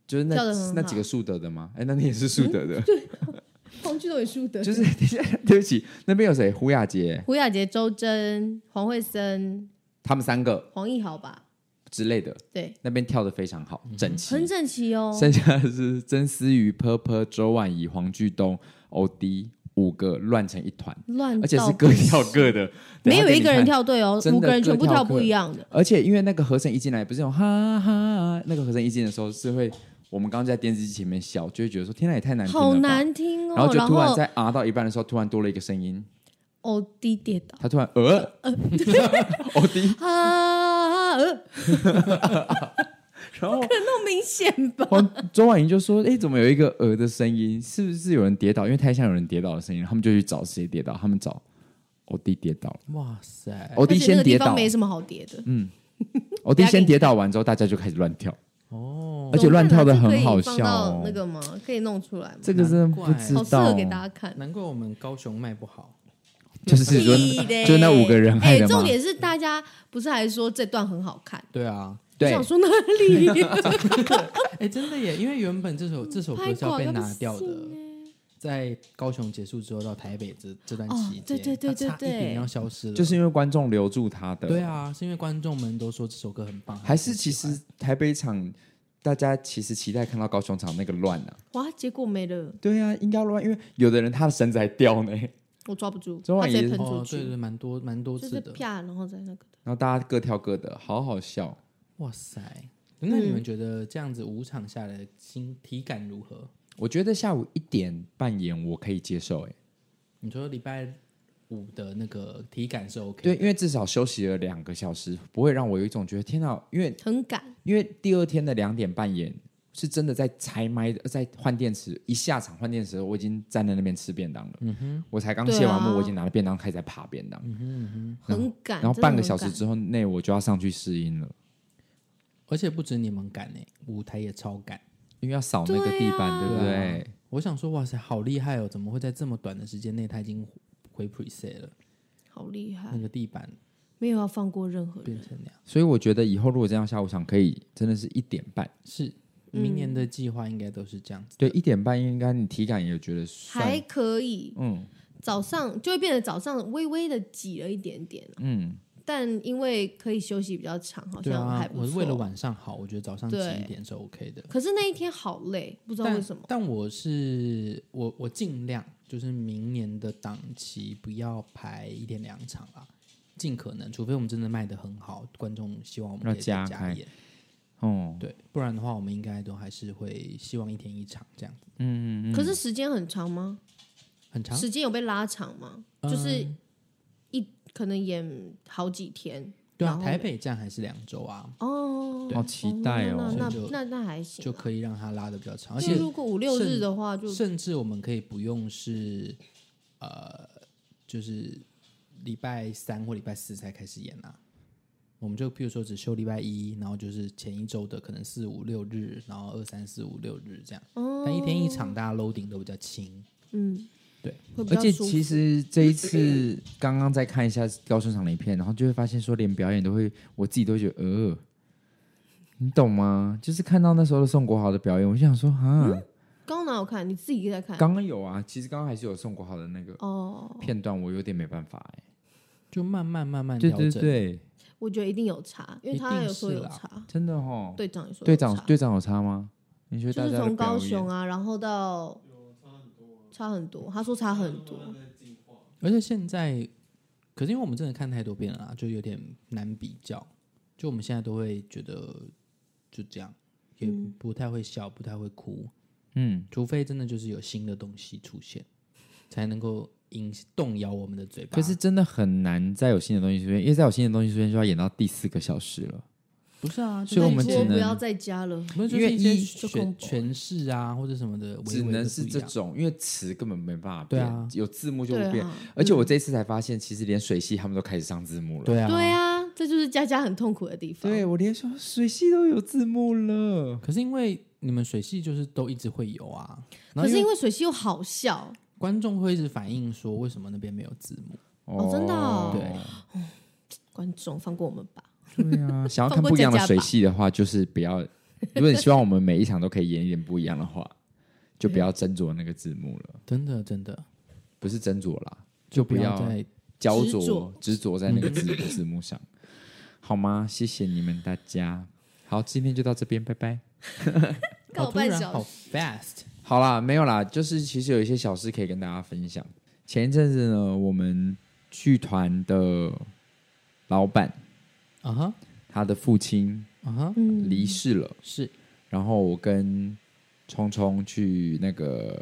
S1: 就是那
S3: 跳得很好嗯
S1: 那几个树德的吗？哎，那你也是树德的，
S3: 黄俊东也输的，
S1: 就是 [laughs] 对不起，那边有谁？胡雅杰
S3: 胡雅杰、周真、黄慧森、
S1: 他们三个
S3: 黄义豪吧？
S1: 之类的，
S3: 对，
S1: 那边跳的非常好，整齐。
S3: 嗯很整齐哦。
S1: 剩下的是曾思瑜、p u r p e 周婉仪、黄巨东、欧弟五个乱成一团，
S3: 乱到
S1: 而且是各跳各
S3: [laughs]
S1: 的，
S3: 没有
S1: 等下给
S3: 一
S1: 你
S3: 个人
S1: 看。
S3: 跳对哦，
S1: 真的
S3: 五个人全部
S1: 各跳
S3: 跳
S1: 各
S3: 不一样的。
S1: 而且因为那个和声一进来，不是有哈哈，那个和声一进的时候是会，我们刚刚在电视机前面笑，就会觉得说天哪也太难听了吧
S3: 好。难听哦。
S1: 然后就
S3: 然
S1: 突然
S3: 后
S1: 在啊到一半的时候，突然多了一个声音，
S3: 哦低跌倒 [laughs]
S1: 他突然呃， [laughs] 欧弟，
S3: 啊，呃
S1: [laughs] 然后哦
S3: 那么明显吧？
S1: 黄周婉莹就说：“哎，怎么有一个呃的声音？是不是有人跌倒？因为太像有人跌倒的声音，他们就去找谁跌倒，他们找欧弟跌倒了，
S2: 哇塞，
S1: 欧
S3: 而
S1: 弟
S3: 且那
S1: 先
S3: 个地
S1: 跌倒嗯
S3: 方，没什么好跌的，
S1: 欧哦弟先跌倒完之后，大家就开始乱跳，
S2: 哦，
S1: 而且乱跳的
S3: 怎么办
S1: 很
S3: 啊
S1: 好
S3: 这可以
S1: 笑
S3: 放到那
S1: 哦。
S3: 个吗？可以弄出来吗？
S1: 这个真的不知
S3: 好适
S1: 道哦
S3: 合给，大家看。
S2: 难怪我们高雄卖不好。
S1: 就是说
S3: 屁嘞
S1: 就那五个人害
S3: 哎，
S1: 的
S3: 重
S1: 吗？
S3: 点是大家不是还说这段很好看？
S2: 对啊，
S3: 我
S1: 对
S3: 想，说哪
S1: [laughs]
S3: 里
S2: 哎，真的耶，因为原本这首这首歌
S3: 拍
S2: 是要
S3: 广
S2: 被
S3: 告
S2: 拿掉的，在高雄结束之后到台北这这段
S3: 哦
S2: 期间，
S3: 对对对
S2: 他差
S3: 对
S2: 一点
S3: 对
S2: 要消失了，
S1: 就是因为观众留住他的。
S2: 对，啊，是因为观众们都说这首歌很棒，
S1: 还
S2: 很
S1: 是其
S2: 喜欢
S1: 实台北场大家其实期待看到高雄场那个乱啊。
S3: 哇，结果没了，
S1: 对啊，应该要乱，因为有的人他的绳子还掉呢，然
S3: 我抓不住，
S1: 周
S3: 它
S1: 婉
S3: 直
S1: 仪
S3: 接喷出
S2: 哦，对
S3: 去，
S2: 对，蛮多蛮多
S3: 就
S2: 次
S3: 是
S2: 的，
S3: 啪，然后再那个。
S1: 后大家各跳各的，好好笑。
S2: 哇塞！那
S3: 嗯
S2: 你们觉得这样子五场下来的心体感如何？
S1: 我觉得下午一点半演我可以接受、欸，哎，
S2: 你说礼拜五的那个体感是 OK，
S1: 对，因为至少休息了两个小时，不会让我有一种觉得天哪，因为
S3: 很赶，
S1: 因为第二天的两点半演是真的在拆麦的，在换电池，一下场换电池的时候，我已经站在那边吃便当了，嗯哼，我才刚
S3: 对啊
S1: 卸完幕，我已经拿了便当开始在爬便当，
S3: 很赶，
S1: 嗯然后
S3: 啊真的
S1: 半个
S3: 很
S1: 小时
S3: 赶
S1: 之后内我就要上去试音了，
S2: 而且不止你们赶呢、舞台也超赶。
S1: 因为要扫那个地板，对不对？
S2: 我想说，哇塞，好厉害哦！怎么会在这么短的时间内他已经回 preset 了？
S3: 好厉害
S2: 那，个地板
S3: 没有要放过任何人
S2: 变。成那样，
S1: 所以我觉得以后如果这样下午场可以真的是一点半，
S2: 是明年
S3: 嗯
S2: 的计划应该都是这样子。
S1: 对，一点半应该你体感也觉得算
S3: 还，可以，
S1: 嗯
S3: 早上就会变得早上微微的挤了一点点，
S1: 嗯，
S3: 但因为可以休息比较长，好
S2: 对
S3: 像还
S2: 啊，
S3: 不
S2: 我是
S3: 错。
S2: 为了晚上好，我觉得早上挤
S3: 对
S2: 一点是 OK 的。
S3: 可是那一天好累，不知道
S2: 但
S3: 为什么。
S2: 但我是我我尽量就是明年的档期不要排一天两场啦，尽可能，除非我们真的卖的很好，观众希望我们
S1: 要
S2: 可以再
S1: 加
S2: 加
S1: 开
S2: 演，
S1: 哦，
S2: 对，不然的话我们应该都还是会希望一天一场这样子，
S3: 可是时间很长吗？
S2: 很嗯长，嗯
S3: 时间有被拉长吗？就是一可能演好几天
S2: 对
S3: 然
S2: 啊，
S3: 后
S2: 台北站还是两周啊，
S3: 哦。
S1: 好期待
S3: 那
S1: 哦，
S3: 那
S2: 所以就
S3: 那那那还行
S2: 就
S3: 啊。
S2: 可以让它拉的比较长，而
S3: 因为
S2: 且
S3: 如果五六日
S2: 甚
S3: 的话，就
S2: 甚至我们可以不用是呃，就是礼拜三或礼拜四才开始演啊。我们就譬如说只休礼拜一，然后就是前一周的可能四五六日，然后二三四五六日这样。但一天一
S3: 哦
S2: 场，大家 loading 都比较轻。
S3: 嗯，
S2: 对，
S3: 会比
S1: 而
S3: 较
S1: 且
S3: 舒服
S1: 其。实这一次刚刚再看一下高声场的影片，然后就会发现说，连表演都会，我自己都会觉得呃，你懂吗？就是看到那时候的宋国豪的表演，我就想说啊，
S3: 嗯刚刚哪有看？你自己在看
S1: 刚刚有啊，其实刚刚还是有宋国豪的那个
S3: 哦。嗯
S1: 片段，我有点没办法哎、
S2: 就慢慢慢慢
S1: 对
S2: 调整。
S1: 对对，
S3: 我觉得一定有差，因为
S2: 一
S3: 他
S2: 定
S3: 有说
S2: 是
S3: 有
S2: 啦
S3: 差，
S1: 真的哦。
S3: 队长也说
S1: 队
S3: 有
S1: 长
S3: 差
S1: 队长有差吗？你觉得
S3: 就
S1: 大
S3: 是
S1: 家的
S3: 从
S1: 表
S3: 高
S1: 演
S3: 雄啊，然后到差很多，他说差很多，
S2: 而且现在，可是因为我们真的看太多遍了啊，就有点难比较。就我们现在都会觉得就这样，也
S3: 嗯
S2: 不太会笑，不太会哭。
S1: 嗯，
S2: 除非真的就是有新的东西出现，才能够引动摇我们的嘴巴。
S1: 可是真的很难再有新的东西出现，因为再有新的东西出现就要演到第四个小时了。
S2: 不是啊？就
S1: 所以
S2: 是
S1: 我们
S2: 一
S1: 只
S2: 些
S3: 我不
S1: 能
S3: 要再加了。
S2: 不是就
S1: 因
S2: 是
S1: 为
S2: 一些
S1: 一
S3: 就恐
S2: 诠
S3: 怖
S2: 诠释啊，或者什么的，微
S1: 只
S2: 微的
S1: 能
S2: 不
S1: 是
S2: 一
S1: 这
S2: 样
S1: 种，因为词根本没办法
S2: 对
S1: 变，
S2: 啊嗯
S1: 有字幕就
S3: 对
S1: 不变。
S3: 啊，
S1: 而且我这次才发现，其实连水系他们都开始上字幕了。
S2: 对啊，
S3: 对。啊，这就是佳佳很痛苦的地方。
S1: 对我连说水系都有字幕了，
S2: 可是因为你们水系就是都一直会有啊，然
S3: 可
S2: 后
S3: 是
S2: 因
S3: 因
S2: 为
S3: 为水系又好笑，
S2: 观众会一直反映说为什么那边没有字幕，
S3: 哦真的哦
S1: 对
S3: 观众放过我们吧。
S1: 对啊，想要
S3: 放
S1: 看
S3: 过
S1: 不一样的
S3: 佳佳
S1: 水
S3: 吧
S1: 系的话，就是不要。如果你希望我们每一场都可以演一点不一样的话，就不要斟酌那个字幕了，
S2: 真的真的
S1: 不是斟酌啦，就不要
S2: 再
S1: 焦
S3: 执
S1: 灼
S3: 着
S1: 执着在那个字幕字幕上，好吗？谢谢你们大家，好，今天就到这边，拜拜。
S3: 告
S2: 好哦突
S3: 半
S2: 然
S3: 小
S2: 好
S3: 时，
S2: fast，
S1: 好啦，没有啦，就是其实有一些小事可以跟大家分享。前一阵子呢，我们剧团的老板
S2: 啊哈
S1: 他的父亲
S2: 啊哈，
S3: 嗯，
S1: 离世了，
S2: 是
S1: 然后我跟聪聪去那个，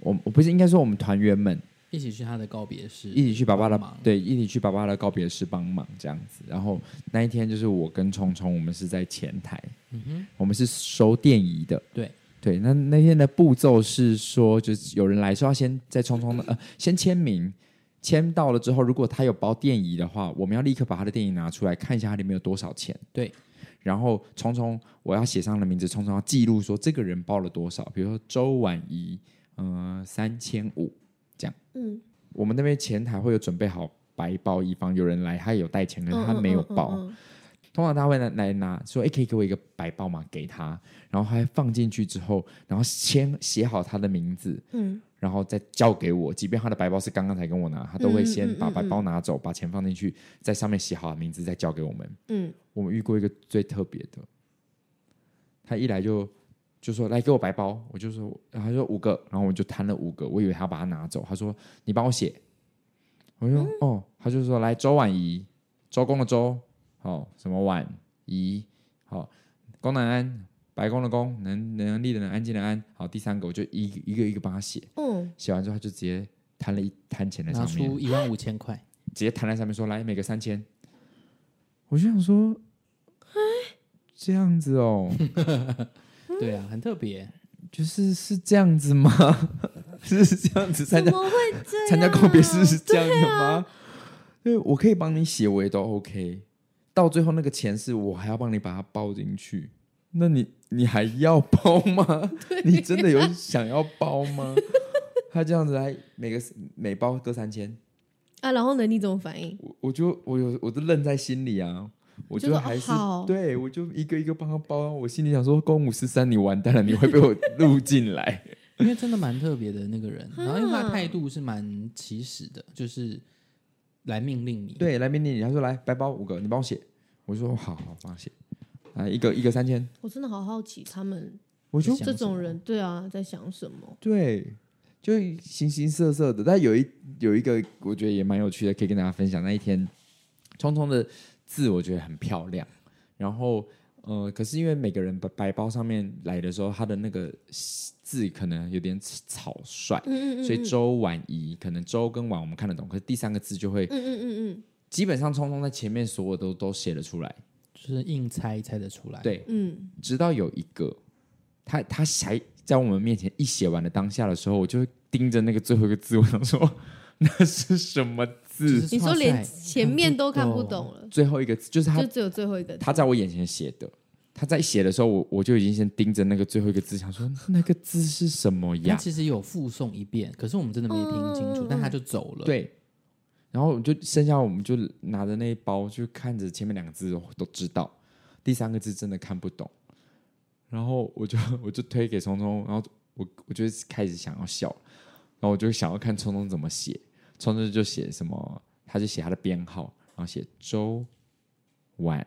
S1: 我我不是应该说我们团员们
S2: 一起去他的告别式，
S1: 一起去爸爸的
S2: 帮忙
S1: 对，一起去爸爸的告别式帮忙这样子。然后那一天就是我跟聪聪，我们是在前台，
S2: 嗯哼，
S1: 我们是收电仪的，
S2: 对
S1: 对，那那天的步骤是说，就是有人来说要先在匆匆的呃先签名，签到了之后，如果他有包电椅的话，我们要立刻把他的电椅拿出来看一下它里面有多少钱。
S2: 对，
S1: 然后聪聪我要写上了名字，聪聪要记录说这个人包了多少，比如说周婉仪，嗯、呃，三千五。
S3: 嗯，
S1: 我们那边前台会有准备好白包一方，有人来他有带钱，可
S3: 嗯
S1: 是他没有包。
S3: 嗯嗯嗯嗯
S1: 通常他会来来拿说，哎、可以给我一个白包吗？给他，然后他放进去之后，然后签写好他的名字，
S3: 嗯，
S1: 然后再交给我。即便他的白包是刚刚才跟我拿，他都会
S3: 嗯
S1: 先
S3: 嗯
S1: 把
S3: 嗯
S1: 白
S3: 嗯
S1: 包拿走，把钱放进去，在上面写好名字，再交给我们。
S3: 嗯，
S1: 我们遇过一个最特别的，他一来就就说来给我白包，我就说，然后他说五个，然后我就摊了五个，我以为他要把它拿走，他说你帮我写，我就说、哦，他就说来周婉仪，周公的周，好、什么婉仪，好、功能安，白宫的宫，能能力的能，安静的安，好，第三个我就一个一个一个帮他写，
S3: 嗯，
S1: 写完之后他就直接摊了一摊钱在
S2: 拿
S1: 上面，
S2: 出一万五千块，
S1: 直接弹在上面说来每个三千，我就想说，哎这样子
S3: [laughs]
S1: 哦，
S2: 对啊，很特别。
S1: 就是是这样子吗？ [laughs] 是这样子参
S3: 怎
S1: 加
S3: 么会啊这样？啊
S1: 参加告别式是这样的吗？对,、我可以帮你写，我也都 OK。到最后那个钱是我还要帮你把它包进去，那你你还要包吗？你真的有想要包吗？他这样子还每个每包各三千，
S3: 啊，然后呢？你怎么反应？
S1: 我我就我有我都愣在心里啊，我
S3: 就
S1: 就是还是、
S3: 哦好
S1: 对我就一个一个帮他包啊，我心里想说公五十三你完蛋了，你会被
S3: [laughs]
S1: 我录进来。
S2: 因为真的蛮特别的那个人，
S3: 啊
S2: 然后因为他的态度是蛮起始的，就是来命令你。，
S1: 对，来宾经理他说来白包五个，你帮我写，我就说好好帮我写，来一个一个三千，
S3: 我真的好好奇他们
S1: 我就
S2: 想
S3: 这
S2: 什
S3: 种
S2: 么
S3: 人，对啊，在想什么？
S1: 对，就形形色色的。但有一有一个我觉得也蛮有趣的，可以跟大家分享。那一天，聪聪的字我觉得很漂亮，然后呃，可是因为每个人白白包上面来的时候，他的那个字可能有点草率。
S3: 嗯嗯嗯，
S1: 所以
S3: 嗯
S1: 周婉仪可能周跟婉我们看得懂，可是第三个字就会
S3: 嗯嗯嗯嗯
S1: 基本上聪聪在前面所有都都写了出来，
S2: 就是硬猜猜得出来。
S1: 对，
S3: 嗯，
S1: 直到有一个，他他还在我们面前一写完的当下的时候，我就盯着那个最后一个字，我想说 [laughs] 那是什么
S2: 就
S1: 字？
S2: 是
S3: 你说
S2: 哇塞
S3: 连前面都看不懂了，
S1: 最后一个字就是他
S3: 就只有最后一个字，
S1: 他在我眼前写的。他在写的时候，我我就已经先盯着那个最后一个字，想说那个字是什么
S2: 他
S1: 呀？
S2: 其实有附送一遍，可是我们真的没听清楚，
S3: 嗯
S2: 但他就走了。，
S1: 对，然后我就剩下我们就拿着那一包，就看着前面两个字都都知道，第三个字真的看不懂。然后我就我就推给聪聪，然后我我就开始想要笑，然后我就想要看聪聪怎么写，聪聪就写什么，他就写他的编号，然后写周晚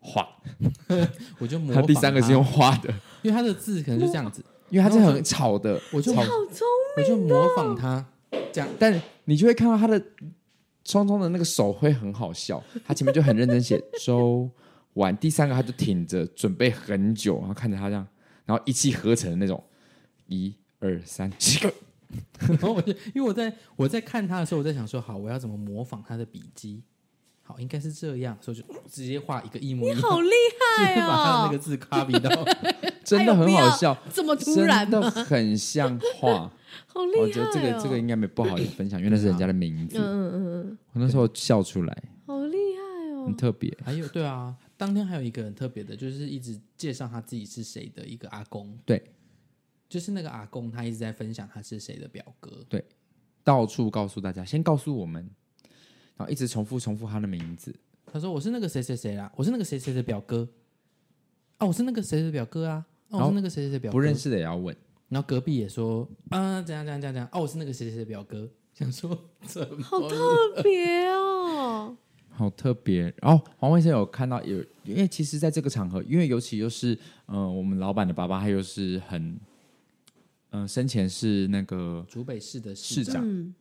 S1: 画，
S2: 我就模
S1: 他
S2: 仿
S1: 第三个是用，画的，
S2: 因为他的字可能就这样子，
S1: 因为他是
S2: 然后我
S1: 很吵的，
S2: 我就
S1: 吵
S3: 好聪
S2: 我就模
S1: 哦
S2: 仿他这样。
S1: 但你就会看到他的聪聪的那个手会很好笑，他前面就很认真写周晚，第三个他就挺着，准备很久，然后看着他这样，然后一气呵成的那种，一二三，
S3: 呃
S2: 然后我就因为我在我在看他的时候，我在想说，好，我要怎么模仿他的笔迹？好，应该是这样，所以我就直接画一个一模一
S3: 明，
S2: 样，
S3: 好厉
S2: 就
S3: 害
S2: 是把他的那
S3: 哦
S2: 个！字 copy 到。
S1: 真的很好笑，
S3: 这么突
S1: 真
S3: 然吗，
S1: 的很像画。
S3: 好
S1: 我
S3: 厉
S1: 觉得
S3: 害哦！
S1: 这个这个应该没不好意思分享，因为那是人家的名
S3: 嗯
S1: 字。
S3: 嗯嗯嗯，
S1: 我那时候笑出来，
S3: 好厉害哦！
S1: 很特别。
S2: 还有对啊，当天还有一个很特别的，就是一直介绍他自己是谁的一个阿公。
S1: 对，
S2: 就是那个阿公，他一直在分享他是谁的表哥。
S1: 到处告诉大家，先告诉我们，然后一直重复重复他的名字。
S2: 他说：“我是那个谁谁谁啦，我是那个谁谁的表哥啊，我是那个谁谁的表哥啊，啊
S1: 然后
S2: 我是那个谁谁的表哥。”
S1: 不认。识的也要问，
S2: 然后隔壁也说：“啊，怎样怎样怎样怎样啊，我是那个谁谁谁的表哥。”想说怎么
S3: 好特别哦！
S1: 好特别。然后黄卫生有看到有，因为其实在这个场合，因为尤其又是呃我们老板的爸爸，他又是很嗯、呃生前是那个，
S2: 竹北市的
S1: 市长
S3: 嗯，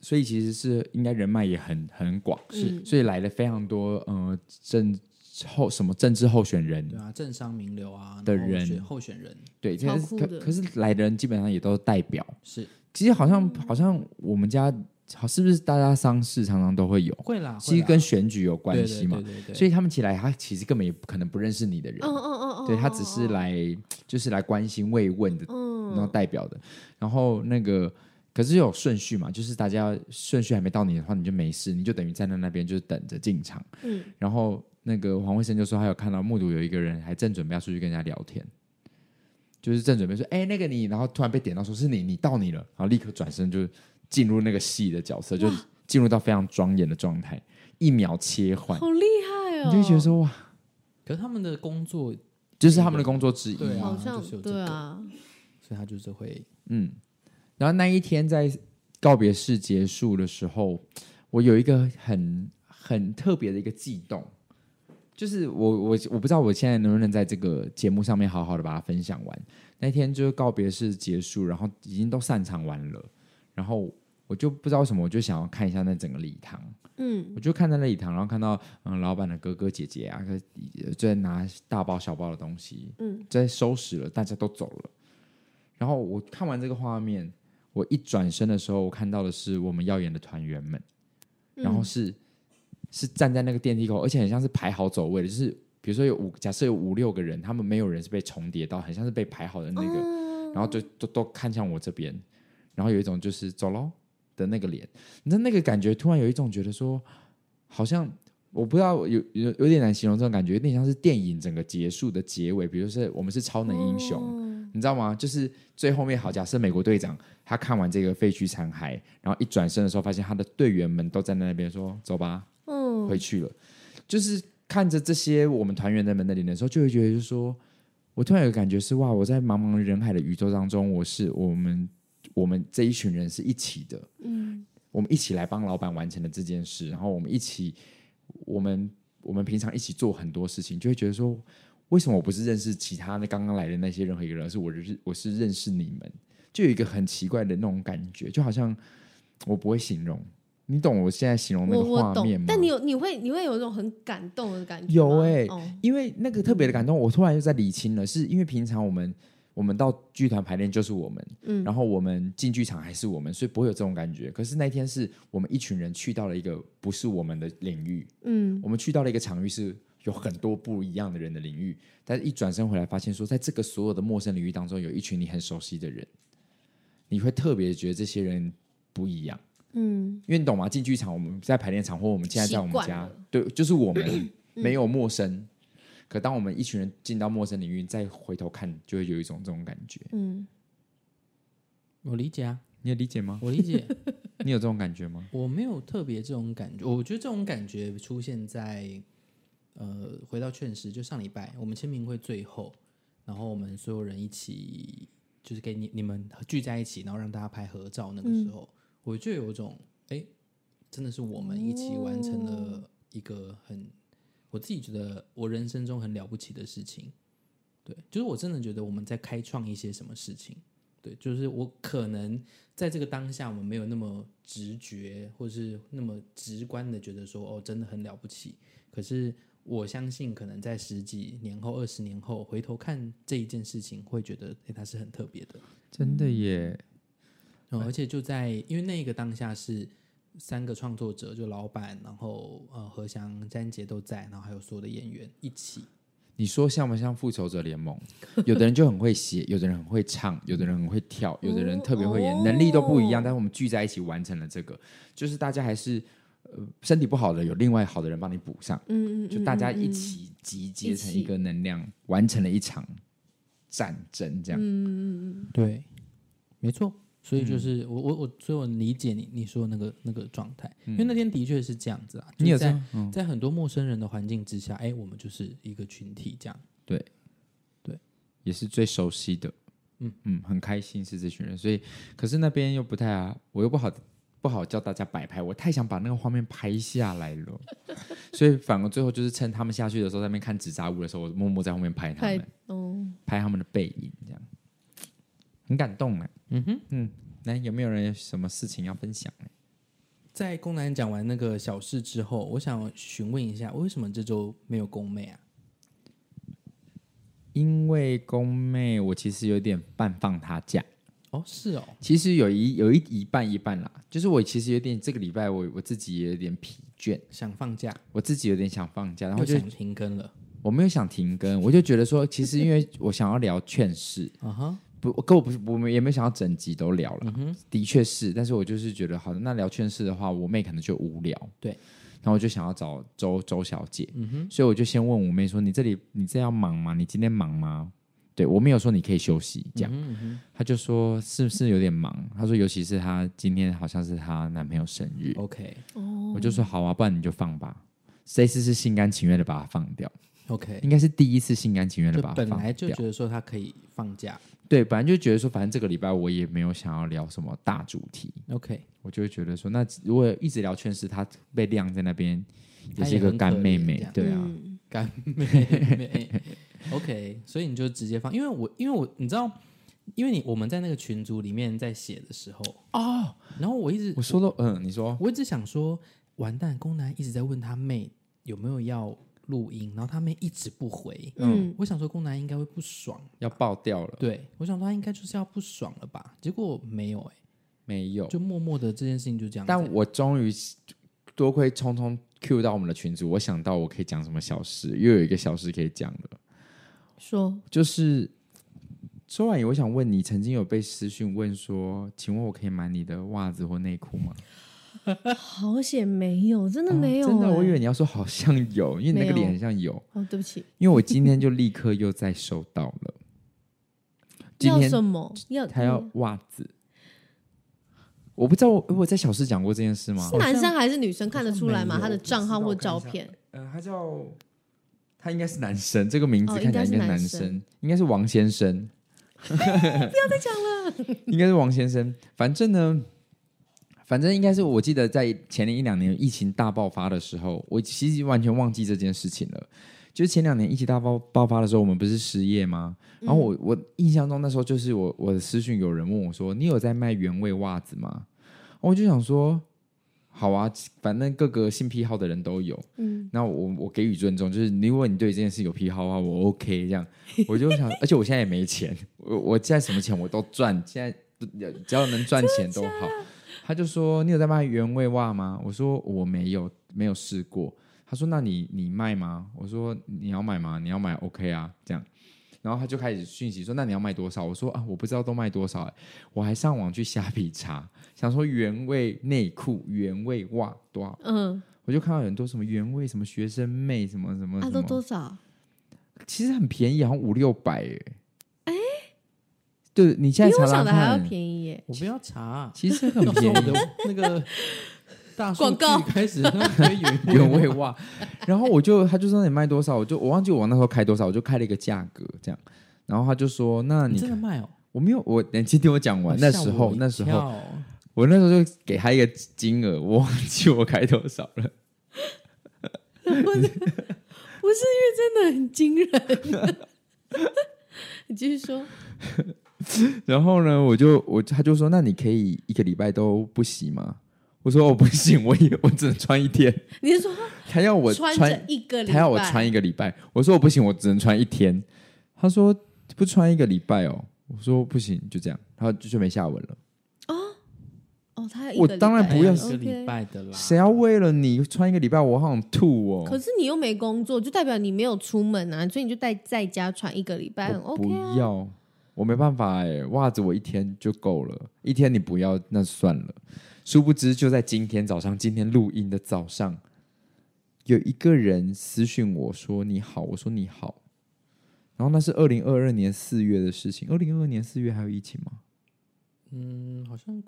S1: 所以其实是应该人脉也很很广，
S2: 嗯
S3: 是
S1: 所以来了非常多呃政候什么政治候选人，
S2: 对啊，政商名流啊
S1: 的
S2: 然后
S1: 人
S2: 选候选人
S1: 对，
S3: 超
S1: 可
S3: 酷
S1: 是可
S3: 的
S1: 可是来的人基本上也都是代表。
S2: 是
S1: 其实好像
S2: 嗯
S1: 好像我们家好是不是大家丧事常常都会有，
S2: 会啦，
S1: 其实
S2: 会啦
S1: 跟选举有关
S2: 对
S1: 系嘛
S2: 对，对对对
S1: 所以他们起来他其实根本也不可能不认识你的人。
S3: 嗯嗯嗯嗯，
S1: 对他只是来就是来关心慰问的，然后
S3: 嗯，
S1: 代表的。然后那个可是有顺序嘛，就是大家顺序还没到你的话，你就没事，你就等于站在那边就是等着进场。
S3: 嗯，
S1: 然后那个黄慧生就说，他有看到目睹有一个人还正准备要出去跟人家聊天。就是正准备说，哎、那个你，然后突然被点到说是你，你到你了，然后立刻转身就进入那个戏的角色，就进入到非常庄严的状态，一秒切换，
S3: 好厉害哦！
S1: 你就会觉得说哇，
S2: 可是他们的工作，
S1: 这是他们的工作之一。
S2: 对啊
S3: 好像
S2: 就是有这个
S3: 对啊，
S2: 所以他就是会
S1: 嗯，然后那一天在告别式结束的时候，我有一个很很特别的一个悸动，就是我我我不知道我现在能不能在这个节目上面好好的把它分享完。那天就是告别式结束，然后已经都散场完了，然后我就不知道为什么，我就想要看一下那整个礼堂。
S3: 嗯，
S1: 我就看在那礼堂，然后看到嗯，老板的哥哥姐姐啊，跟呃就在拿大包小包的东西，
S3: 嗯，
S1: 在收拾了，大家都走了。然后我看完这个画面，我一转身的时候，我看到的是我们耀眼的团员们，
S3: 嗯
S1: 然后是、是站在那个电梯口，而且很像是排好走位的，就是比如说有五，假设有五六个人，他们没有人是被重叠到，很像是被排好的那个，
S3: 个
S1: 然后就都都看向我这边，然后有一种就是走喽的那个脸，你知道那个感觉，突然有一种觉得说，好像我不知道有有有点难形容这种感觉，有点像是电影整个结束的结尾，比如说我们是超能英雄，
S3: 哦
S1: 你知道吗？就是最后面好，假设美国队长他看完这个废墟残骸，然后一转身的时候，发现他的队员们都站在那边说走吧，
S3: 嗯，
S1: 回去了。就是看着这些我们团员在们那里的时候，就会觉得就是说，我突然有个感觉是哇，我在茫茫人海的宇宙当中，我是我们我们这一群人是一起的，
S3: 嗯
S1: 我们一起来帮老板完成了这件事，然后我们一起，我们我们平常一起做很多事情，就会觉得说，为什么我不是认识其他的刚刚来的那些任何一个人，而是我认识我是认识你们，就有一个很奇怪的那种感觉，就好像我不会形容，你懂我现在形容那
S3: 我
S1: 个
S3: 我
S1: 画面
S3: 懂
S1: 吗？，
S3: 但你有你会你会有一种很感动的感觉吗，
S1: 有欸
S3: 哦
S1: 因为那个特别的感动，我突然又在理清了，是因为平常我们我们到剧团排练就是我们，
S3: 嗯
S1: 然后我们进剧场还是我们，所以不会有这种感觉。可是那天是我们一群人去到了一个不是我们的领域，
S3: 嗯
S1: 我们去到了一个场域是有很多不一样的人的领域，但是一转身回来发现说，在这个所有的陌生领域当中，有一群你很熟悉的人，你会特别觉得这些人不一样。
S3: 嗯
S1: 因为你懂吗？进剧场，我们在排练场，或我们现在在我们
S3: 习惯
S1: 家
S3: 了，嗯
S1: 对，就是我们没有陌生。可当我们一群人进到陌生领域，再回头看，就会有一种这种感觉。
S3: 嗯，
S2: 我理解啊，
S1: 你有理解吗？
S2: 我理解，
S1: 你有这种感觉吗？
S2: 我没有特别这种感觉，我觉得这种感觉出现在呃，回到劝实，就上礼拜我们签名会最后，然后我们所有人一起就是给你你们聚在一起，然后让大家拍合照那个时候，我就有一种哎、诶真的是我们一起完成了一个很我自己觉得我人生中很了不起的事情。对，就是我真的觉得我们在开创一些什么事情。对，就是我可能在这个当下，我们没有那么直觉，或是那么直观的觉得说，哦，真的很了不起。可是我相信，可能在十几年后、二十年后回头看这一件事情，会觉得，哎，它是很特别的。
S1: 真的耶！
S2: 嗯，而且就在因为那个当下是三个创作者，就老板，然后呃何翔、詹杰都在，然后还有所有的演员一起。
S1: 你说像不像复仇者联盟？有的人就很会
S3: [laughs]
S1: 写，有的人很会唱，有的人很会跳，有的人特别会演，
S3: 哦
S1: 能力都不一样。但是我们聚在一起完成了这个，就是大家还是呃身体不好的有另外好的人帮你补上，
S3: 嗯嗯，
S1: 就大家
S3: 嗯
S1: 一，起集结成
S3: 一
S1: 一
S3: 起
S1: 个能量，完成了一场战争，这样。
S3: 嗯嗯
S2: 对，没错。所以就是、我我我，所以我理解你你说的那个那个状态，因为那天的确是这样子啊。
S1: 你有这
S2: 嗯就是在
S1: 样？嗯，
S2: 在很多陌生人的环境之下，哎，我们就是一个群体这样。
S1: 也是最熟悉的。嗯嗯，很开心是这群人，所以可是那边又不太啊，我又不好不好叫大家摆拍，我太想把那个画面拍下来
S3: [laughs]
S1: 了，所以反而最后就是趁他们下去的时候，在那边看纸扎舞的时候，我默默在后面拍
S3: 嗯，
S1: 他
S3: 太
S1: 们，
S3: 哦，
S1: 拍他们的背影，这样很感动呢。
S2: 嗯哼，
S1: 那有没有人有什么事情要分享呢？
S2: 在宫南讲完那个小事之后，我想询问一下，为什么这周没有宫妹啊？
S1: 因为宫妹，我其实有点半放她假。
S2: 哦，是哦，
S1: 其实有一有一一半一半啦，就是我其实有点这个礼拜我我自己也有点疲倦，
S2: 想放假，
S1: 我自己有点想放假，然后
S2: 又
S1: 就
S2: 想停更了。
S1: 我没有想停更，我就觉得说，其实因为我想要聊劝世，
S2: 啊哈，
S1: 不，我跟我不是我们也没有想要整集都聊了，的确是，但是我就是觉得，好，那聊劝世的话，我妹可能就无聊，
S2: 对，
S1: 然后我就想要找嗯周周小姐，所以我就先问我妹说，你这里你这要忙吗？你今天忙吗？对我没有说你可以休息这样。
S2: 嗯哼
S1: 他就说是不是有点忙？他说尤其是他今天好像是她男朋友生日，
S2: ，OK
S3: 哦，
S1: 我就说好啊，不然你就放吧。这一次是心甘情愿的把它放掉，
S2: OK，
S1: 应该是第一次心甘情愿的
S2: 就
S1: 把它放
S2: 本
S1: 掉。
S2: 来就觉得说他可以放假
S1: 对，本来就觉得说，反正这个礼拜我也没有想要聊什么大主题，
S2: ，OK，
S1: 我就会觉得说，那如果一直聊劝世，她被晾在那边
S2: 她
S1: 是
S2: 也
S1: 一个
S2: 很
S1: 干
S2: 可
S1: 妹
S2: 怜这
S1: 妹
S2: 样，
S1: 对啊，
S3: 嗯
S2: 干妹妹哎，OK，所以你就直接放，因为我因为我你知道，因为你我们在那个群组里面在写的时候哦，然后我一直
S1: 我说了，嗯，你说，
S2: 我一直想说，完蛋，宫南一直在问他妹有没有要录音，然后他妹一直不回。
S3: 嗯，
S2: 我想说，宫南应该会不爽，
S1: 要爆掉了，
S2: 对我想说他应该就是要不爽了吧？结果没有、欸，
S1: 没有。
S2: 就默默的这件事情就这样子。
S1: 哦但我终于多亏聪聪 Q 到我们的群组，我想到我可以讲什么小事，又有一个小事可以讲了，
S3: 说
S1: 就是周婉仪，我想问你，曾经有被私讯问说，请问我可以买你的袜子或内裤吗？哦
S3: 好险没有，真的没有、
S1: 真的，
S3: 哎
S1: 我以为你要说好像有，因为你那个
S3: 没有
S1: 脸很像有，
S3: 哦，对不起，
S1: 因为我今天就立刻又再收到了。今
S3: 要
S1: 天
S3: 什么？嗯要
S1: 他要袜子，我不知道我我在小事讲过这件事吗
S3: 是？男生还是女生看得出
S1: 好
S3: 来
S1: 像没
S3: 吗？
S1: 有
S3: 他的账号或照片？
S1: 呃，他叫他应该是男生，这个名字
S3: 哦
S1: 看起来应该
S3: 应该
S1: 男
S3: 是男
S1: 生，应该是王先生。 [laughs] 不要再讲了，应该是王先生。反正呢，反正应该是我记得在前年一两年疫情大爆发的时候，我其实完全忘记这件事情了。就是前两年疫情大爆爆发的时候，我们不是失业吗？然后我我印象中那时候就是我我的私讯有人问我说：“你有在卖原味袜子吗？”我就想说：“好啊，反正各个性癖好的人都有。”
S3: 嗯，
S1: 那我我给予尊重，就是如果你对这件事有癖好的话，我 OK 这样。我就想，而且我现在也没钱，我我现在什么钱我都赚，现在不只要能赚钱都好。他就说：“你有在卖原味袜吗？”我说：“我没有，没有试过。”他说：“那你你卖吗？”我说：“你要买吗？你要买 OK 啊，这样。”然后他就开始讯息说：“那你要卖多少？”我说：“啊，我不知道都卖多少、欸我还上网去虾皮查，想说原味内裤、原味袜多少
S3: 嗯，
S1: 我就看到有很多什么原味、什么学生妹、什么什么
S3: 啊，
S1: 什
S3: 都
S1: 么，
S3: 多少？
S1: 其实很便宜，好像五六百哎。哎，对你现在
S3: 比我
S1: 查查
S3: 想的还要
S1: 看，
S3: 便宜耶！
S2: 我不要查、啊
S1: 其实很
S2: 到时候
S1: 便
S2: 我
S1: 宜
S2: [laughs] 的。那个大数
S3: 广
S2: 据
S3: 告
S2: [laughs] 开始那推原
S1: 原味袜，然后我就他就说你卖多少，我就我忘记我那时候开多少，我就开了一个价格这样，然后他就说那
S2: 你
S1: 你
S2: 真的卖哦？
S1: 我没有我你先听我讲完，那
S2: 吓
S1: 时
S2: 我
S1: 候
S2: 一
S1: 那时候
S2: 跳
S1: 我那时候就给他一个金额，我忘记我开多少了，
S3: 不是因为真的很惊人。你继续说，
S1: 然后呢，我就我他就说，那你可以一个礼拜都不洗吗？我说我、哦、不行，我也我只能穿一天。
S3: 你是说
S1: 他要我
S3: 穿
S1: 穿，
S3: 着一个礼拜，
S1: 他要我穿一个礼拜。我说我不行，我只能穿一天。他说不穿一个礼拜哦。我说不行，就这样。他就就没下文了。
S3: 哦，他要一个
S1: 我
S3: 礼拜
S1: 当然不要
S2: 哎呀
S3: OK
S2: 一个礼拜的啦。
S1: 谁要为了你穿一个礼拜，我好想吐哦。
S3: 可是你又没工作，就代表你没有出门啊，所以你就在在家穿一个礼拜，很
S1: 我
S3: OK 啊。
S1: 不要，我没办法哎、袜子我一天就够了，一天你不要那算了。殊不知就在今天早上，今天录音的早上，有一个人私讯我说你好，我说你好，然后那是二零二二年四月的事情，二零二二年四月还有疫情吗？
S2: 嗯，好像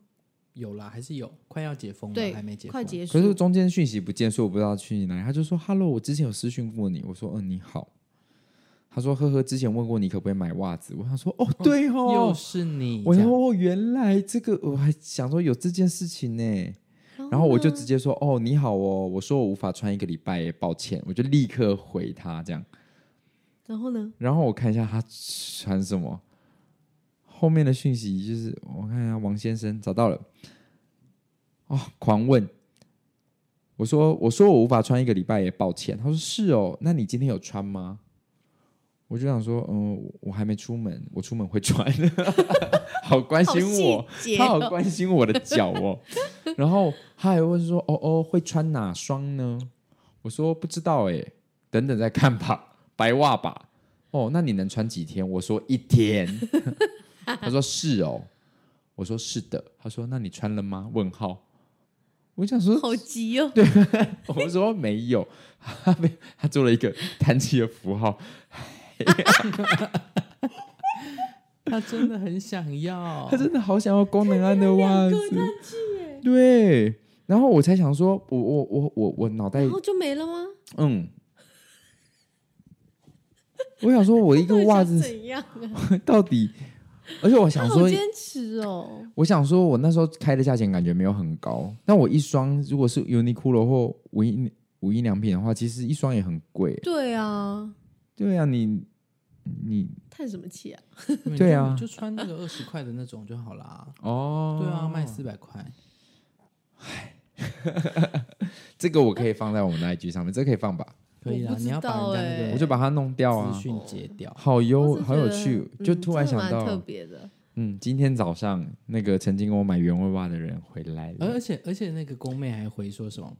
S2: 有啦，还是有，快要解封了，
S3: 对
S2: 还没解封，
S3: 快结束
S1: 可。是中间讯息不见，所以我不知道讯息哪里。他就说：“Hello，我之前有私讯过你。”我说：“嗯，你好。”他说：“呵呵，之前问过你可不可以买袜子。”我想说：“哦，对哦，
S2: 又是你，
S1: 我
S2: 这样
S1: 说哦，原来这个我还想说有这件事情呢，然后我就
S3: 呢
S1: 直接说哦，你好哦，我说我无法穿一个礼拜耶，抱歉，我就立刻回他这样。
S3: 然后呢？
S1: 然后我看一下他传什么，后面的讯息就是我看一下王先生找到了，哦，狂问。我说我说我无法穿一个礼拜耶，抱歉。他说是哦，那你今天有穿吗？我就想说，嗯，我还没出门，我出门会穿， [laughs] 好关
S3: 好
S1: 心
S3: 细
S1: 我。
S3: 节
S1: 他好
S3: 哦
S1: 关心我的脚哦。然后他还问说：“哦哦，会穿哪双呢？”我说：“不知道哎，等等再看吧，白袜吧。”哦，那你能穿几天？我说一天。他说是哦，我说是的。他说那你穿了吗？问号。我想
S3: [laughs]
S1: 说，
S3: 好急哦，
S1: 我说没有， [laughs] 他没，他做了一个弹起的符号。
S2: 他真的很想要
S1: [laughs] 他，真的好想要功能安的袜子，对。然后我才想说，我我我我我脑袋
S3: 然后就没了吗？
S1: 嗯，我想说，我一个袜
S3: 到底想 [laughs]
S1: 子
S3: 怎样啊？
S1: 到底，而且我
S3: 他
S1: 想
S3: 好
S1: 说，
S3: 坚持哦，
S1: 我想说，我那时候开的价钱感觉没有很高，但我一双如果是 Uniqlo 或无印无印良品的话，其实一双也很贵。
S3: 对啊，
S1: 对啊，你你
S3: 叹什么气啊？
S2: 你就
S1: 对啊
S2: 你就穿那个二十块的那种就好啦。
S1: 哦
S2: 对啊，卖四百块，
S1: 这个我可以放在我们的 IG 上面，这个可以放吧？
S2: 可以
S3: 我
S2: 啦。
S3: 不知
S2: 你要把人家
S3: 道
S2: 那
S3: 欸
S2: 个
S1: 我就把它弄掉啊
S2: 资。讯截掉。
S1: 好优
S3: 我，是
S1: 好
S3: 觉
S1: 有
S3: 得
S1: 趣，
S3: 嗯
S1: 就突然
S3: 真的
S1: 想
S3: 蛮特
S1: 到，
S3: 别的，
S1: 嗯，今天早上那个曾经跟我买原味袜的人回来
S2: 而
S1: 了，
S3: 呃
S2: 而且而且那个宫妹还回说什么？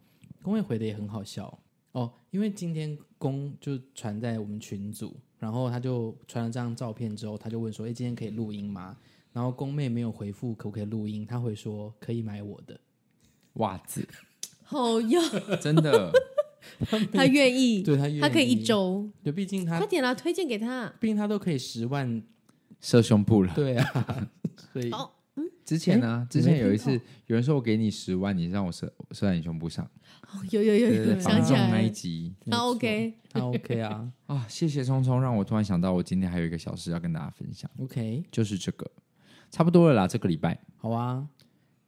S2: 宫妹回的也很好笑哦，因为今天宫就传在我们群组，然后他就传了这张照片之后，他就问说：“哎，今天可以录音吗？”然后宫妹没有回复可不可以录音，他回说可以买我的，
S1: 袜子
S3: 好要
S1: 真的，
S3: 他愿
S1: [laughs]
S3: 意，
S2: 对他愿意
S3: 他可以一，周，
S2: 对，毕竟他
S3: 快点啦，推荐给他。
S2: 毕竟他都可以十万，
S1: 射胸部了。
S2: 对啊， [laughs] 所以
S3: 哦
S1: 之前呢、
S2: 诶
S1: 之前有一
S2: 你没
S1: 次，有人说我给你十万，你让我射射在你胸部上，
S3: 哦 [laughs] 有有有
S1: 对对
S3: 有，
S1: 对，
S3: 想
S1: 防
S3: 起
S1: 重那
S3: 来
S1: 一
S3: 了，
S1: 集
S2: 没
S3: 那
S2: 错
S3: OK，
S2: 他 OK 啊
S1: 啊，谢谢聪聪，让我突然想到，我今天还有一个小事要跟大家分享，
S2: ，OK，
S1: 就是这个，差不多了啦，这个礼拜。
S2: 好啊，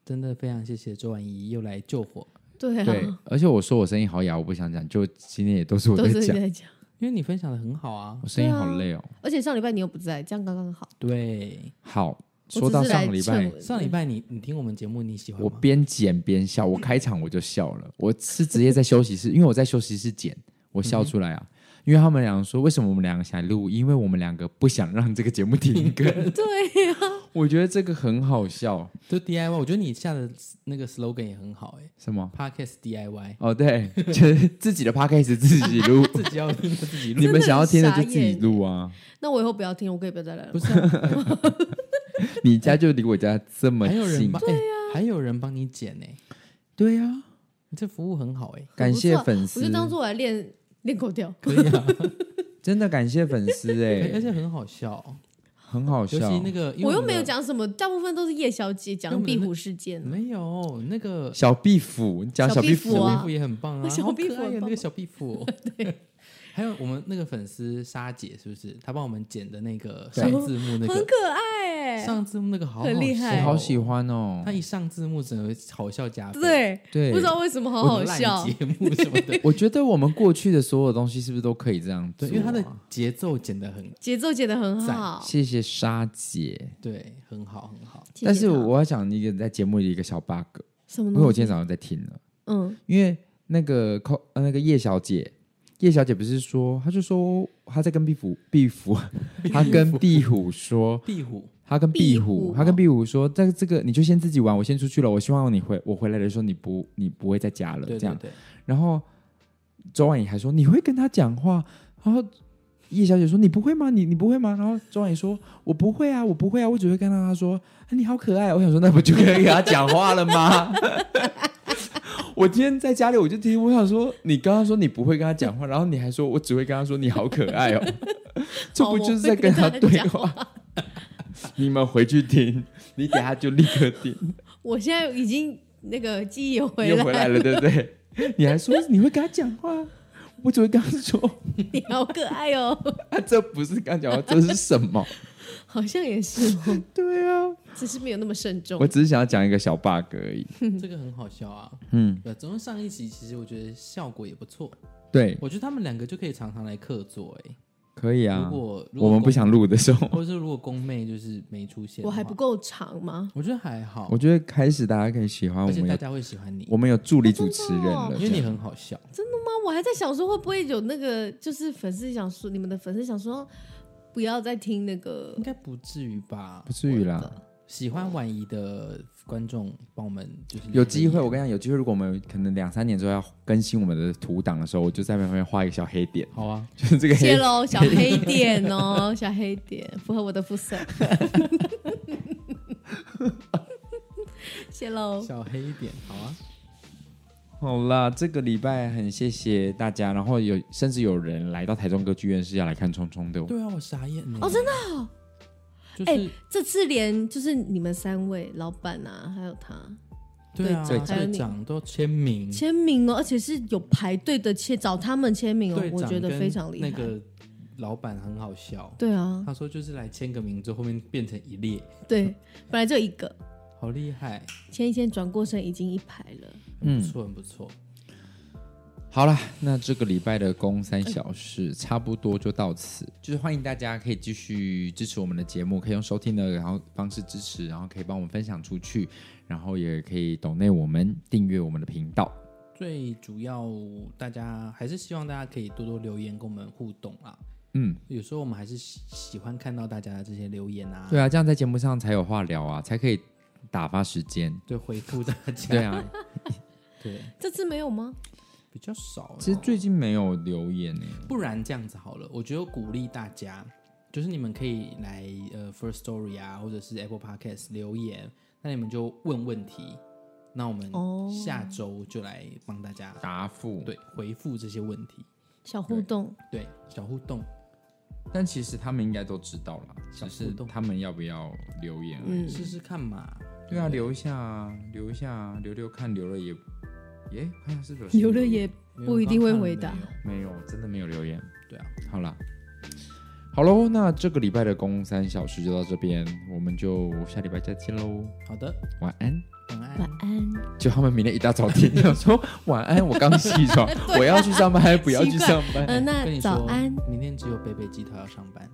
S2: 真的非常谢谢周婉怡又来救火，
S3: 对
S1: 对
S3: 啊，，
S1: 而且我说我声音好哑，我不想讲，就今天也都是我
S3: [laughs] 都
S1: 在
S3: 是你
S1: 讲，
S3: 在讲，
S2: 因为你分享的很好啊
S1: 我，声音
S3: 对啊
S1: 好累哦。
S3: 而且上礼拜你又不在，这样刚刚好。
S2: 对，
S1: 好，
S3: 我
S1: 说
S3: 只
S1: 到
S3: 是
S1: 上
S3: 来
S1: 个礼
S3: 趁
S1: 拜，
S3: 我
S2: 上礼拜你你听我们节目，你喜欢
S1: 我
S2: 吗？
S1: 边剪边笑，我开场我就笑了，我是直接在休息室，因为我在休息室剪，我笑出来啊。因为他们两个说，为什么我们两个想录？因为我们两个不想让这个节目停更。
S3: [laughs] 对啊，
S1: 我觉得这个很好笑，
S2: 就 DIY，我觉得你下的那个 slogan 也很好哎、
S1: 什么？
S2: p o d c a s t DIY，
S1: 哦，对，就是自己的 podcast 自己录，
S2: 自
S1: [laughs]
S2: 己要自己录，
S1: 你们想要听的就自
S3: 真的
S1: 己
S3: 很傻眼
S1: 录啊。
S3: 那我以后不要听，我可以不要再来了
S2: 不。是、啊？
S1: 你家就离我家这么
S2: 还有人
S1: 近
S2: 帮，，哎、
S3: 啊
S2: 还有人帮你剪呢、
S1: 对呀、啊，
S2: 你这服务很好哎、
S1: [laughs] 感谢粉
S3: 我
S1: 丝
S3: 就，当做我来练练口条。
S2: 可以啊，
S1: 真的感谢粉丝哎、
S2: [laughs] 而且很好笑，
S1: 很好
S2: 尤
S1: 笑。
S2: 其那个，因为
S3: 我又
S2: 们的
S3: 没有，讲什么，大部分都是叶小姐
S2: 因为
S3: 讲
S2: 我们
S3: 壁
S2: 那
S3: 虎事件啊。
S2: 没有那个
S1: 小壁虎，你讲
S3: 小
S1: 小
S3: 壁
S1: 壁
S3: 虎
S1: 虎
S3: 啊
S2: 小壁虎也很棒啊，
S3: 小
S2: 好可
S3: 壁虎
S2: 爱
S3: 很
S2: 啊那
S3: 棒
S2: 个小壁
S3: [laughs]
S2: 虎，对，还有我们那个粉丝沙姐是不是？她帮我们剪的那个
S1: 对
S2: 上字幕那
S3: 很
S2: 个
S3: 可爱哎、
S2: 上字幕那个好好
S3: 很厉害
S1: 我
S2: 笑哦
S1: 好喜。欢哦
S2: 她。一上字幕，整个好笑加倍，
S3: 对，
S1: 对，
S3: 不知道为什么好好
S2: 烂
S3: 笑，
S2: 节目什么的 [laughs]
S1: 我觉得我们过去的所有东西是不是都可以这样做、啊？
S2: 对，因为她的节奏剪得很
S3: 节奏剪得很好。
S1: 谢谢沙姐，
S2: 对，很好很好。
S3: 谢谢
S1: 但是
S3: 她
S1: 我要讲一个在节目里一个小 bug，
S3: 什么
S1: 因为我
S3: 东西？
S1: 今天早上在听了。
S3: 嗯，
S1: 因为那个寇呃那个叶小姐，叶小姐不是说，她就说她在跟壁虎壁虎，她跟壁虎说，
S2: 壁虎
S1: 她跟壁
S3: 壁
S1: 虎
S3: 虎，
S1: 她跟壁虎说，在这个你就先自己玩，我先出去了，我希望你回我回来的时候你不你不会在家了
S2: 对
S1: 这
S2: 对
S1: 样。 [laughs]
S2: 对，
S1: 然后周婉怡还说你会跟她讲话，然后。叶小姐说：“你不会吗？你你不会吗？”然后周婉怡说：“我不会啊，我不会啊，我只会跟她说、啊、你好可爱哦。”我想说，那不就可以给她讲话了吗？我今天在家里我就听，我想说，你刚刚说你不会跟她讲话，然后你还说我只会跟她说你好可爱哦，
S3: [laughs]
S1: 这不就是在跟她对
S3: 好哦我会跟她
S1: 话？ [laughs] 你们回去听，你等下就立刻听。
S3: 我现在已经那个记忆也
S1: 你
S3: 回
S1: 又
S3: 来，
S1: 回来了，对不对？ [laughs] 你还说你会跟他讲话，我只会跟他说， [laughs]
S3: 你好可爱哦， [laughs]
S1: 啊、这不是跟他讲话，这是什么？
S3: 好像也是哦，
S1: 对啊，
S3: 只是没有那么慎重
S1: 我。只是想要讲一个小 bug 而已。
S2: 这个很好笑啊。
S1: 嗯，
S2: 对，总之上一集其实我觉得效果也不错，
S1: 对，
S2: 我觉得他们两个就可以常常来客座哎。
S1: 可以
S2: 如
S1: 啊。
S2: 果如果
S1: 我们
S2: 公
S1: 不，想录的时
S2: [laughs]
S1: 候，
S2: 或者是如果宫妹就是没出现，
S3: 我还不，够长吗？
S2: 我觉得还好
S1: 我，觉得开始大家可以喜欢我
S2: 而且
S1: 们
S2: 大
S1: 有
S2: 家会喜欢你，
S1: 我们有助理主持人
S3: 哦
S1: 了，
S2: 因为你
S1: 这样
S2: 很好笑。
S3: 妈，我还在想说会不会有那个，就是粉丝想说，你们的粉丝想说不要再听那个
S2: 应，该不至于吧
S1: 不？至于啦。
S2: 喜欢婉仪的观众，帮我们就是
S1: 有机会，我跟你讲，有机会，如果我们可能两三年之后要更新我们的图档的时候，我就在旁边画一个小黑点， [laughs]
S2: 好啊，
S1: 就是这个黑
S3: 谢
S2: [laughs]
S3: 喽，小黑点哦，小黑点，符合我的肤色。谢喽，
S2: 小黑一点，好啊，
S1: 好啦，这个礼拜很谢谢大家，然后有甚至有人来到台中歌剧院是要来看聪聪的，
S2: 对啊，我傻眼了，
S3: 哦真
S2: 的，就是、
S3: 哎这次连就是你们三位老板啊，还有他
S2: 对啊，
S1: 队长
S3: 还有
S2: 队
S3: 你
S2: 长都签名，
S3: 签名哦，而且是有排队的签，找他们签名哦
S2: 队，
S3: 我
S2: 长
S3: 觉得
S2: 跟
S3: 非常厉害。
S2: 那个老板很好笑，
S3: 对啊，
S2: 他说就是来签个名之后，后面变成一列，
S3: 对，本来就一个，
S2: 好厉害，
S3: 签一签转过身已经一排了。
S1: 嗯
S2: 很不错，很不错。
S1: 好了，那这个礼拜的公三小事差不多就到此，就是欢迎大家可以继续支持我们的节目，可以用收听的然后方式支持，然后可以帮我们分享出去，然后也可以抖内我们订阅我们的频道。
S2: 最主要，大家还是希望大家可以多多留言跟我们互动啦。
S1: 嗯，
S2: 有时候我们还是喜喜欢看到大家的这些留言啊，
S1: 对啊，这样在节目上才有话聊啊，才可以打发时间。
S2: 对，回复大家，
S1: 对啊，
S2: 对，
S3: 这次没有吗？
S2: 比较少。
S1: 其实最近没有留言欸呢、
S2: 不然这样子好了，我觉得鼓励大家，就是你们可以来呃 First Story 啊，或者是 Apple Podcast 留言，那你们就问问题，那我们
S3: 哦
S2: 下周就来帮大家、
S1: 答复。
S2: 对回复这些问题，
S3: 小互动，
S2: 对小互动，
S1: 但其实他们应该都知道啦，
S2: 小
S1: 只
S2: 互
S1: 是
S2: 动
S1: 他们要不要留言而已。
S3: 嗯，
S2: 试试看嘛。
S1: 对啊，
S2: 不
S1: 留一下啊，留一下啊，留留看，留了也，耶，好像是有新
S3: 有了
S1: 留言
S3: 也不一定会回答
S2: 没有我
S1: 没
S2: 刚看了
S1: 有，真的没有留言。
S2: 没有对啊，
S1: 好啦，好喽，那这个礼拜的公三小时就到这边，我们就下礼拜再见喽，
S2: 好的，
S1: 晚安。
S2: 晚安。
S3: 晚安。
S1: 就他们明天一大早听到说晚安，我刚起床，我要去上班还是不要去上班？
S3: 呃，
S2: 跟
S3: 那
S2: 你
S3: 早
S2: 说
S3: 安，，
S2: 明天只有北北吉他要上班，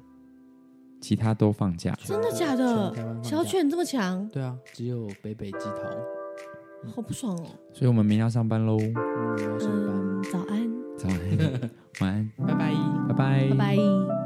S1: 其他都放假，
S3: 真的
S2: 全全
S3: 假
S2: 台湾
S3: 的？
S2: 放假
S3: 小犬这么强，
S2: 对啊，只有北北鸡头，
S3: 好不爽哦。
S1: 所以我们明天要上班喽。
S2: 嗯，我要上班，
S3: 嗯，早安，
S1: 早安，晚安，
S2: 拜拜。
S3: 嗯
S1: 拜拜
S3: 拜拜。